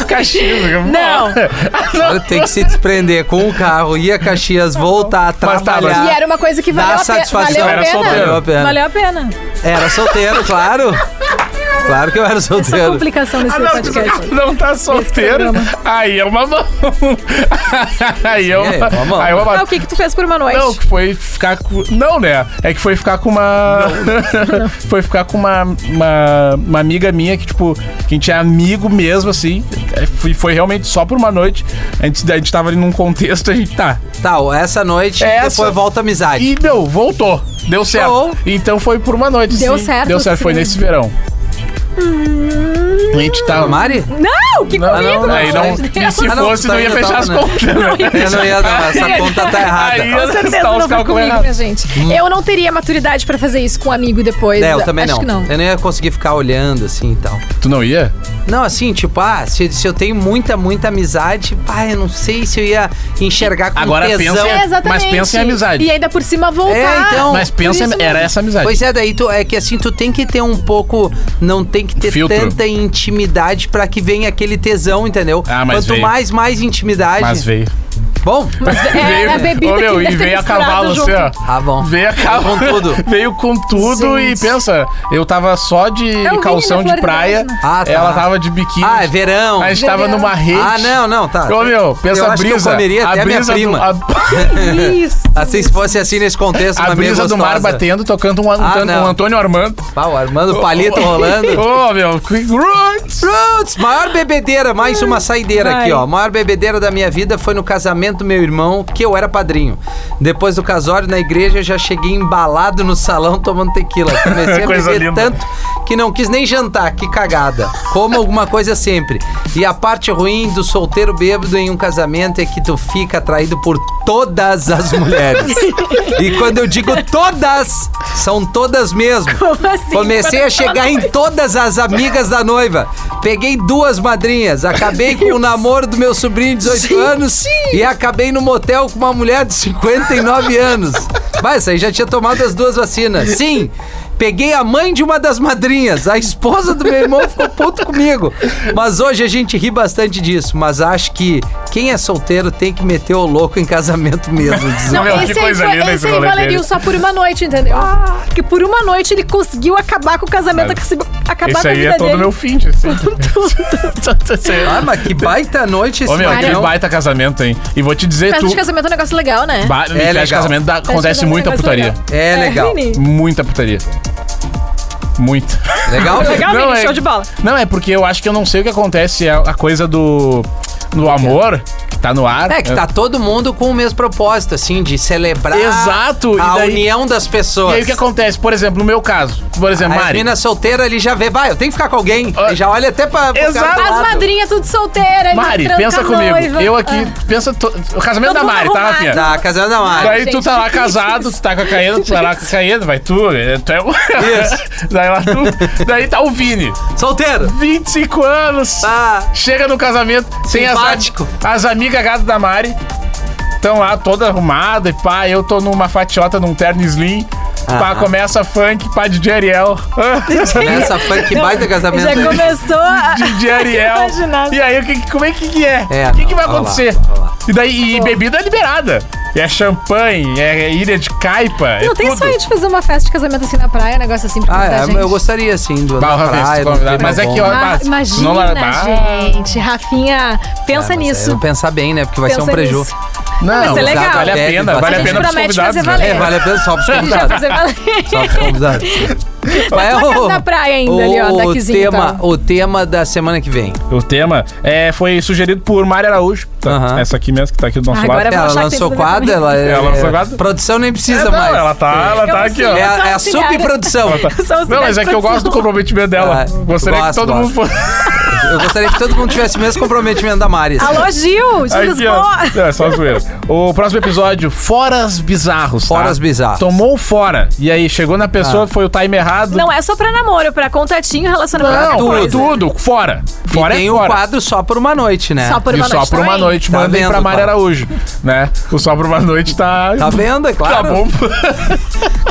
Speaker 4: Caxias.
Speaker 3: Não.
Speaker 2: Agora tem que se desprender com o carro, ir a Caxias, voltar,
Speaker 4: Mas tá,
Speaker 2: trabalhar.
Speaker 3: E era uma coisa que
Speaker 2: Dá
Speaker 3: valeu a, pe...
Speaker 2: satisfação.
Speaker 3: valeu a
Speaker 4: Era
Speaker 3: pena.
Speaker 4: solteiro.
Speaker 2: Valeu a pena.
Speaker 3: Valeu a pena.
Speaker 2: Era solteiro, claro. Claro que eu era
Speaker 3: Essa
Speaker 2: solteiro.
Speaker 3: complicação nesse
Speaker 4: Ah, não,
Speaker 3: podcast.
Speaker 4: não tá solteiro.
Speaker 3: programa.
Speaker 4: Aí é uma mão. Aí é
Speaker 2: Sim, é uma mão.
Speaker 4: uma, aí é uma
Speaker 3: Ah,
Speaker 4: mão.
Speaker 3: o que que tu fez por uma noite?
Speaker 4: Não, que foi ficar com. Não, né? É que foi ficar com uma. foi ficar com uma, uma, uma amiga minha que, tipo, que a gente é amigo mesmo, assim. É, Foi, foi realmente só por uma noite. A gente, a gente tava ali num contexto, a gente tá.
Speaker 2: Tá, ó, essa noite
Speaker 4: Essa.
Speaker 2: depois volta a amizade.
Speaker 4: E, meu, voltou. Deu certo.
Speaker 2: Bom.
Speaker 4: Então foi por uma noite.
Speaker 3: Deu
Speaker 4: sim.
Speaker 3: certo,
Speaker 4: Deu certo, foi
Speaker 3: sim.
Speaker 4: nesse verão. A gente
Speaker 2: Ô,
Speaker 4: tava.
Speaker 2: Tá, Mari?
Speaker 3: Não, que
Speaker 4: Não,
Speaker 3: comigo,
Speaker 4: não,
Speaker 3: pelo
Speaker 4: aí
Speaker 3: amor
Speaker 4: não.
Speaker 3: de
Speaker 4: E
Speaker 3: Deus.
Speaker 4: se
Speaker 2: Ah, não,
Speaker 4: fosse,
Speaker 2: tá
Speaker 4: não ia
Speaker 2: indo,
Speaker 4: fechar
Speaker 2: tá,
Speaker 4: as
Speaker 2: né?
Speaker 4: contas. Não ia
Speaker 2: Eu não ia, não. Essa conta tá errada.
Speaker 4: Aí
Speaker 3: Com
Speaker 4: ia
Speaker 3: certeza
Speaker 4: estar os
Speaker 3: não foi
Speaker 4: cálculos
Speaker 3: comigo, minha
Speaker 4: errados.
Speaker 3: gente. Eu não teria maturidade pra fazer isso com um amigo depois.
Speaker 2: É, eu também
Speaker 3: Acho
Speaker 2: não.
Speaker 3: que não.
Speaker 2: Eu não ia conseguir ficar olhando assim e tal.
Speaker 4: Tu não ia?
Speaker 2: Não, assim, tipo, ah, se, se eu tenho muita, muita amizade, pá, eu não sei se eu ia enxergar com
Speaker 4: Agora
Speaker 2: tesão.
Speaker 4: pensa-
Speaker 3: É, exatamente.
Speaker 4: Mas pensa em amizade.
Speaker 3: E ainda por cima voltar.
Speaker 2: É, então.
Speaker 4: Mas pensa,
Speaker 3: isso
Speaker 4: era essa amizade.
Speaker 2: Pois é, daí tu, é que assim, tu tem que ter um pouco, não tem que ter
Speaker 4: Filtro.
Speaker 2: tanta intimidade pra que venha aquele tesão, entendeu?
Speaker 4: Ah, mas
Speaker 2: Quanto
Speaker 4: veio.
Speaker 2: mais, mais intimidade.
Speaker 4: Mas veio.
Speaker 2: Bom,
Speaker 3: É, a bebida
Speaker 4: Ô, meu,
Speaker 3: que
Speaker 4: e
Speaker 3: deve ter
Speaker 4: veio a
Speaker 3: misturado
Speaker 4: cavalo,
Speaker 3: junto.
Speaker 4: assim, ó.
Speaker 2: tá bom.
Speaker 4: Veio a
Speaker 2: Com
Speaker 4: cavalo.
Speaker 2: tudo.
Speaker 4: veio com tudo
Speaker 3: Gente. É
Speaker 4: e pensa, eu tava só de
Speaker 3: o
Speaker 4: calção
Speaker 3: Vini da
Speaker 4: de praia,
Speaker 3: Floridópolis,
Speaker 2: Ah, tá.
Speaker 4: ela tava de biquíni.
Speaker 2: Ah, é verão.
Speaker 4: A gente tava
Speaker 3: Verão.
Speaker 4: numa rede.
Speaker 2: Ah, não, não, tá.
Speaker 4: Ô, meu, pensa
Speaker 2: eu
Speaker 4: a
Speaker 2: acho que
Speaker 4: brisa.
Speaker 2: eu comeria
Speaker 4: a
Speaker 2: até a minha
Speaker 4: brisa do-
Speaker 2: prima.
Speaker 4: a-
Speaker 3: Isso.
Speaker 2: Assim, se fosse assim nesse contexto,
Speaker 4: A
Speaker 2: uma meia
Speaker 4: brisa do mar
Speaker 2: gostosa.
Speaker 4: batendo, tocando um, um,
Speaker 2: Ah,
Speaker 4: tanto-
Speaker 2: não.
Speaker 4: um Antônio Armando.
Speaker 2: Pá, o Armando Palito rolando.
Speaker 4: Ô, meu, que grunt!
Speaker 2: Prontos, maior bebedeira, mais uma saideira
Speaker 3: Vai.
Speaker 2: aqui, ó. Maior bebedeira da minha vida foi no casamento do meu irmão, que eu era padrinho. Depois do casório na igreja, eu já cheguei embalado no salão tomando tequila. Comecei a
Speaker 4: Coisa
Speaker 2: beber
Speaker 4: linda.
Speaker 2: tanto que não quis nem jantar, que cagada. Como alguma coisa sempre. E a parte ruim do solteiro bêbado em um casamento é que tu fica atraído por todas as mulheres. e quando eu digo todas, são todas mesmo.
Speaker 3: Como assim?
Speaker 2: Comecei a chegar em todas as amigas da noiva. Peguei duas madrinhas. Acabei com o namoro do meu sobrinho de 18 anos. E acabei no motel com uma mulher de 59 anos. Mas aí já tinha tomado as duas vacinas. Sim. Peguei a mãe de uma das madrinhas. A esposa do meu irmão ficou puto comigo. Mas hoje a gente ri bastante disso. Mas acho que quem é solteiro tem que meter o louco em casamento mesmo. diz um. o
Speaker 3: Não,
Speaker 4: Meu, que Ah.
Speaker 3: esse, aí,
Speaker 4: coisa
Speaker 3: foi-
Speaker 4: linda esse
Speaker 3: esse aí
Speaker 4: rolê
Speaker 3: valeria
Speaker 4: dele.
Speaker 3: só por uma noite, entendeu? Porque por uma noite ele conseguiu acabar com o casamento, acabou- acabar
Speaker 4: Esse
Speaker 3: com a
Speaker 4: aí
Speaker 3: vida
Speaker 4: é todo
Speaker 3: dele.
Speaker 4: meu fim, assim. é-
Speaker 2: Ah, mas que baita noite esse
Speaker 4: Ô, meu, que
Speaker 2: magrão.
Speaker 4: baita casamento, hein? E vou te dizer,
Speaker 3: Festa
Speaker 4: tu...
Speaker 3: de casamento é um negócio legal, né?
Speaker 4: Ba- festa
Speaker 2: legal.
Speaker 4: de casamento dá-
Speaker 3: Festa de
Speaker 4: acontece
Speaker 3: casamento é um
Speaker 4: muita
Speaker 3: negócio
Speaker 4: putaria.
Speaker 2: É legal.
Speaker 3: Vini?
Speaker 4: Muita putaria. Muita.
Speaker 2: Legal?
Speaker 3: Legal,
Speaker 4: Não,
Speaker 3: Vini,
Speaker 4: é-
Speaker 3: show de bola.
Speaker 4: Não, é porque eu acho que eu não sei o que acontece. é A, a coisa do. do amor que tá no ar.
Speaker 2: É que tá todo mundo com o mesmo propósito, assim, de celebrar
Speaker 4: Exato, e
Speaker 2: a
Speaker 4: daí-
Speaker 2: união das
Speaker 4: E
Speaker 2: pessoas.
Speaker 4: aí o que acontece? Por exemplo, no meu caso. Por exemplo,
Speaker 2: A
Speaker 4: Mari.
Speaker 2: mina solteira ali já vê, vai, eu tenho que ficar com alguém.
Speaker 4: Ah.
Speaker 2: Ele já olha até pra. pro cara do
Speaker 4: Exato.
Speaker 3: As
Speaker 2: lado.
Speaker 3: madrinhas tudo solteira. ele
Speaker 4: Mari,
Speaker 3: tranca
Speaker 4: pensa
Speaker 3: a
Speaker 4: comigo.
Speaker 3: noiva.
Speaker 4: Eu aqui,
Speaker 3: Ah.
Speaker 4: pensa. to- O casamento
Speaker 3: Todo
Speaker 4: da
Speaker 3: mundo
Speaker 4: Mari, tá,
Speaker 3: arrumado.
Speaker 4: Rafinha?
Speaker 2: Tá, casando da Mari.
Speaker 4: Daí tu
Speaker 3: gente,
Speaker 4: tá lá
Speaker 3: difícil.
Speaker 4: casado, tu tá com a Caena, tu tá lá com a Caena, vai tu, é, tu é o.
Speaker 2: Isso.
Speaker 4: Daí lá tu. Daí tá o Vini,
Speaker 2: Solteiro.
Speaker 4: 25 anos.
Speaker 2: Ah,
Speaker 4: Chega no casamento, tem as,
Speaker 2: Simpático.
Speaker 4: as amigas gado da Mari. Estão lá toda arrumada e pá, eu tô numa fatiota, num terno slim. Pá,
Speaker 2: Aham.
Speaker 4: começa funk, pá, de Ariel.
Speaker 2: essa funk que
Speaker 4: é
Speaker 2: baita casamento.
Speaker 3: Ah, Já começou a...
Speaker 4: de Ariel.
Speaker 3: Imaginava.
Speaker 4: E aí, o que, como é que, que é? O
Speaker 2: É,
Speaker 4: que, que
Speaker 2: não,
Speaker 4: vai
Speaker 2: olha lá,
Speaker 4: acontecer?
Speaker 2: olha lá.
Speaker 4: E daí, e bebida liberada. É champanhe, é ilha de caipa. é
Speaker 3: Não tem
Speaker 4: tudo.
Speaker 3: sonho de fazer uma festa de casamento assim na praia, negócio assim pra
Speaker 2: Ah,
Speaker 3: convidar
Speaker 2: é,
Speaker 3: gente.
Speaker 2: eu gostaria assim do
Speaker 4: Bah,
Speaker 2: da
Speaker 4: o Rafinha, se
Speaker 2: praia,
Speaker 4: tu
Speaker 2: do
Speaker 4: convidar.
Speaker 2: clima
Speaker 4: Mas é
Speaker 2: bom.
Speaker 4: que, ó,
Speaker 3: Ah,
Speaker 4: Mas
Speaker 3: imagina,
Speaker 4: não largar.
Speaker 3: gente.
Speaker 2: Ah,
Speaker 3: Rafinha,
Speaker 2: mas
Speaker 3: pensa
Speaker 2: aí
Speaker 3: nisso.
Speaker 2: eu pensar bem, né? Porque vai ser
Speaker 3: Pensa
Speaker 2: um preju.
Speaker 3: nisso.
Speaker 4: Não,
Speaker 3: mas é
Speaker 4: exato,
Speaker 3: legal.
Speaker 4: Vale a
Speaker 2: Bebe
Speaker 4: pena, vale a
Speaker 2: bastante.
Speaker 4: pena
Speaker 3: A
Speaker 4: pros
Speaker 3: gente promete
Speaker 4: convidados.
Speaker 3: fazer
Speaker 4: né?
Speaker 3: valer.
Speaker 2: É, vale a pena só pros
Speaker 3: Já
Speaker 2: convidados.
Speaker 3: fazer valer.
Speaker 2: Só pros convidados. Mas
Speaker 3: tua
Speaker 2: é
Speaker 3: casa da praia ainda ali, ó,
Speaker 2: o,
Speaker 3: daquizinho,
Speaker 2: tema,
Speaker 3: então.
Speaker 2: o tema da semana que vem.
Speaker 4: O tema é, foi sugerido por Mari Araújo. Tá?
Speaker 2: Aham.
Speaker 4: Essa aqui mesmo que tá aqui do nosso
Speaker 3: Agora
Speaker 4: lado.
Speaker 3: vai
Speaker 2: Ela
Speaker 3: achar que
Speaker 2: lançou
Speaker 3: tem tudo a ver
Speaker 2: quadro,
Speaker 3: comigo.
Speaker 2: ela, é,
Speaker 4: Ela lançou quadro?
Speaker 2: Produção nem precisa
Speaker 4: É, não,
Speaker 2: mais.
Speaker 4: ela tá, ela tá
Speaker 3: Eu
Speaker 4: aqui, ó.
Speaker 2: É, a-
Speaker 3: Ela
Speaker 2: é
Speaker 3: tá
Speaker 2: a subprodução.
Speaker 3: Só os
Speaker 4: Não, mas é que eu gosto do comprometimento dela.
Speaker 2: Ah,
Speaker 4: Gostaria
Speaker 2: gosto,
Speaker 4: que todo
Speaker 2: gosto.
Speaker 4: mundo fosse.
Speaker 2: Eu gostaria que todo mundo tivesse o mesmo comprometimento da Mari. assim.
Speaker 3: tá? Alô, Gil, Gil
Speaker 4: Aqui,
Speaker 3: Lisboa.
Speaker 4: ó. É, só zoeira. O próximo episódio, Foras Bizarros. tá?
Speaker 2: Foras bizarros. Ah.
Speaker 4: Tomou fora. E aí, chegou na pessoa, foi o time errado.
Speaker 3: Não é só pra namoro, pra contatinho, relacionamento.
Speaker 4: Não,
Speaker 3: é outra
Speaker 4: tudo,
Speaker 3: coisa.
Speaker 4: tudo. Fora. Fora
Speaker 2: e tem
Speaker 4: é
Speaker 2: o
Speaker 4: fora.
Speaker 2: quadro só por uma noite, né?
Speaker 3: Só por uma
Speaker 4: e só
Speaker 3: noite
Speaker 4: por uma
Speaker 3: também.
Speaker 4: noite.
Speaker 2: Tá
Speaker 4: Mandem
Speaker 2: vendo,
Speaker 4: pra Mari
Speaker 2: Paulo?
Speaker 4: Araújo, né? O só por uma noite
Speaker 3: um
Speaker 4: tá...
Speaker 2: Tá vendo? É
Speaker 4: Tá
Speaker 2: claro.
Speaker 4: bom.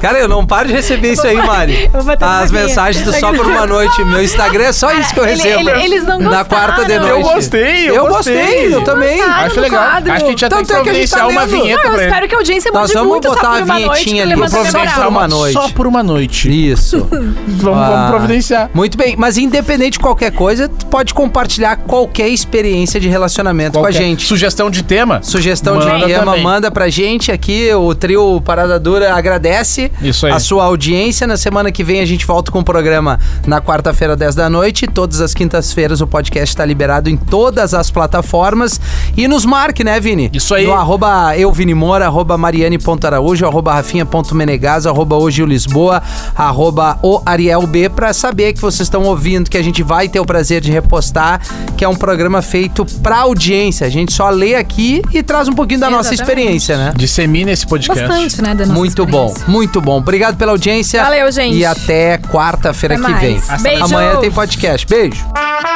Speaker 2: Cara, eu não paro de receber isso aí, Mari.
Speaker 3: Eu vou tomar
Speaker 2: As
Speaker 3: minha.
Speaker 2: mensagens do Só por uma noite. Meu Instagram é só isso que eu
Speaker 3: ele-
Speaker 2: recebo.
Speaker 3: ele- eles não
Speaker 2: Na
Speaker 3: gostaram.
Speaker 2: quarta de noite.
Speaker 4: Eu gostei, eu
Speaker 2: Eu gostei,
Speaker 4: gostei.
Speaker 2: eu também.
Speaker 3: Gostaram.
Speaker 4: Acho
Speaker 3: Tá no
Speaker 4: legal.
Speaker 3: quadro.
Speaker 4: Acho que a gente já
Speaker 2: Tanto
Speaker 4: tem que
Speaker 2: é que a gente tá
Speaker 4: providenciar uma
Speaker 2: lendo.
Speaker 4: vinheta
Speaker 3: Não, eu
Speaker 4: pra ele.
Speaker 3: espero que a audiência
Speaker 2: Nós
Speaker 3: mude
Speaker 2: vamos
Speaker 3: muito só
Speaker 2: botar
Speaker 3: por
Speaker 2: a
Speaker 3: uma noite
Speaker 2: vinhetinha
Speaker 3: pra
Speaker 2: ali.
Speaker 3: levantar a
Speaker 2: Aproveita
Speaker 3: moral.
Speaker 2: uma noite.
Speaker 4: Só por uma noite.
Speaker 2: Isso.
Speaker 4: Vamos, vamos
Speaker 2: Ah.
Speaker 4: providenciar.
Speaker 2: Muito bem, mas independente de qualquer coisa, tu pode compartilhar qualquer experiência de relacionamento
Speaker 4: Qualquer
Speaker 2: com a gente.
Speaker 4: Sugestão de tema?
Speaker 2: Sugestão
Speaker 4: Manda
Speaker 2: de tema,
Speaker 4: também.
Speaker 2: manda pra gente aqui. O trio Parada Dura agradece
Speaker 4: Isso aí.
Speaker 2: a sua audiência. Na semana que vem a gente volta com o programa na quarta-feira, 10 da noite. Todas as quintas-feiras o podcast tá liberado em todas as plataformas. E nos marque, né, Vini?
Speaker 4: Isso aí.
Speaker 2: No arroba euvinimora, arroba mariane.araújo, arroba rafinha.menegas, arroba hoje o Lisboa, arroba o Ariel B, pra saber que vocês estão ouvindo, que a gente vai ter o prazer de repostar, que é um programa feito pra audiência. A gente só lê aqui e traz um pouquinho da nossa
Speaker 3: Exatamente.
Speaker 2: experiência, né?
Speaker 4: Dissemina esse podcast.
Speaker 3: Bastante, né, da nossa
Speaker 2: Muito bom,
Speaker 3: experiência.
Speaker 2: muito bom. Obrigado pela audiência.
Speaker 3: Valeu, gente.
Speaker 2: E até quarta-feira
Speaker 3: Até
Speaker 2: que vem.
Speaker 3: mais. Beijo.
Speaker 2: Amanhã tem podcast. Beijo.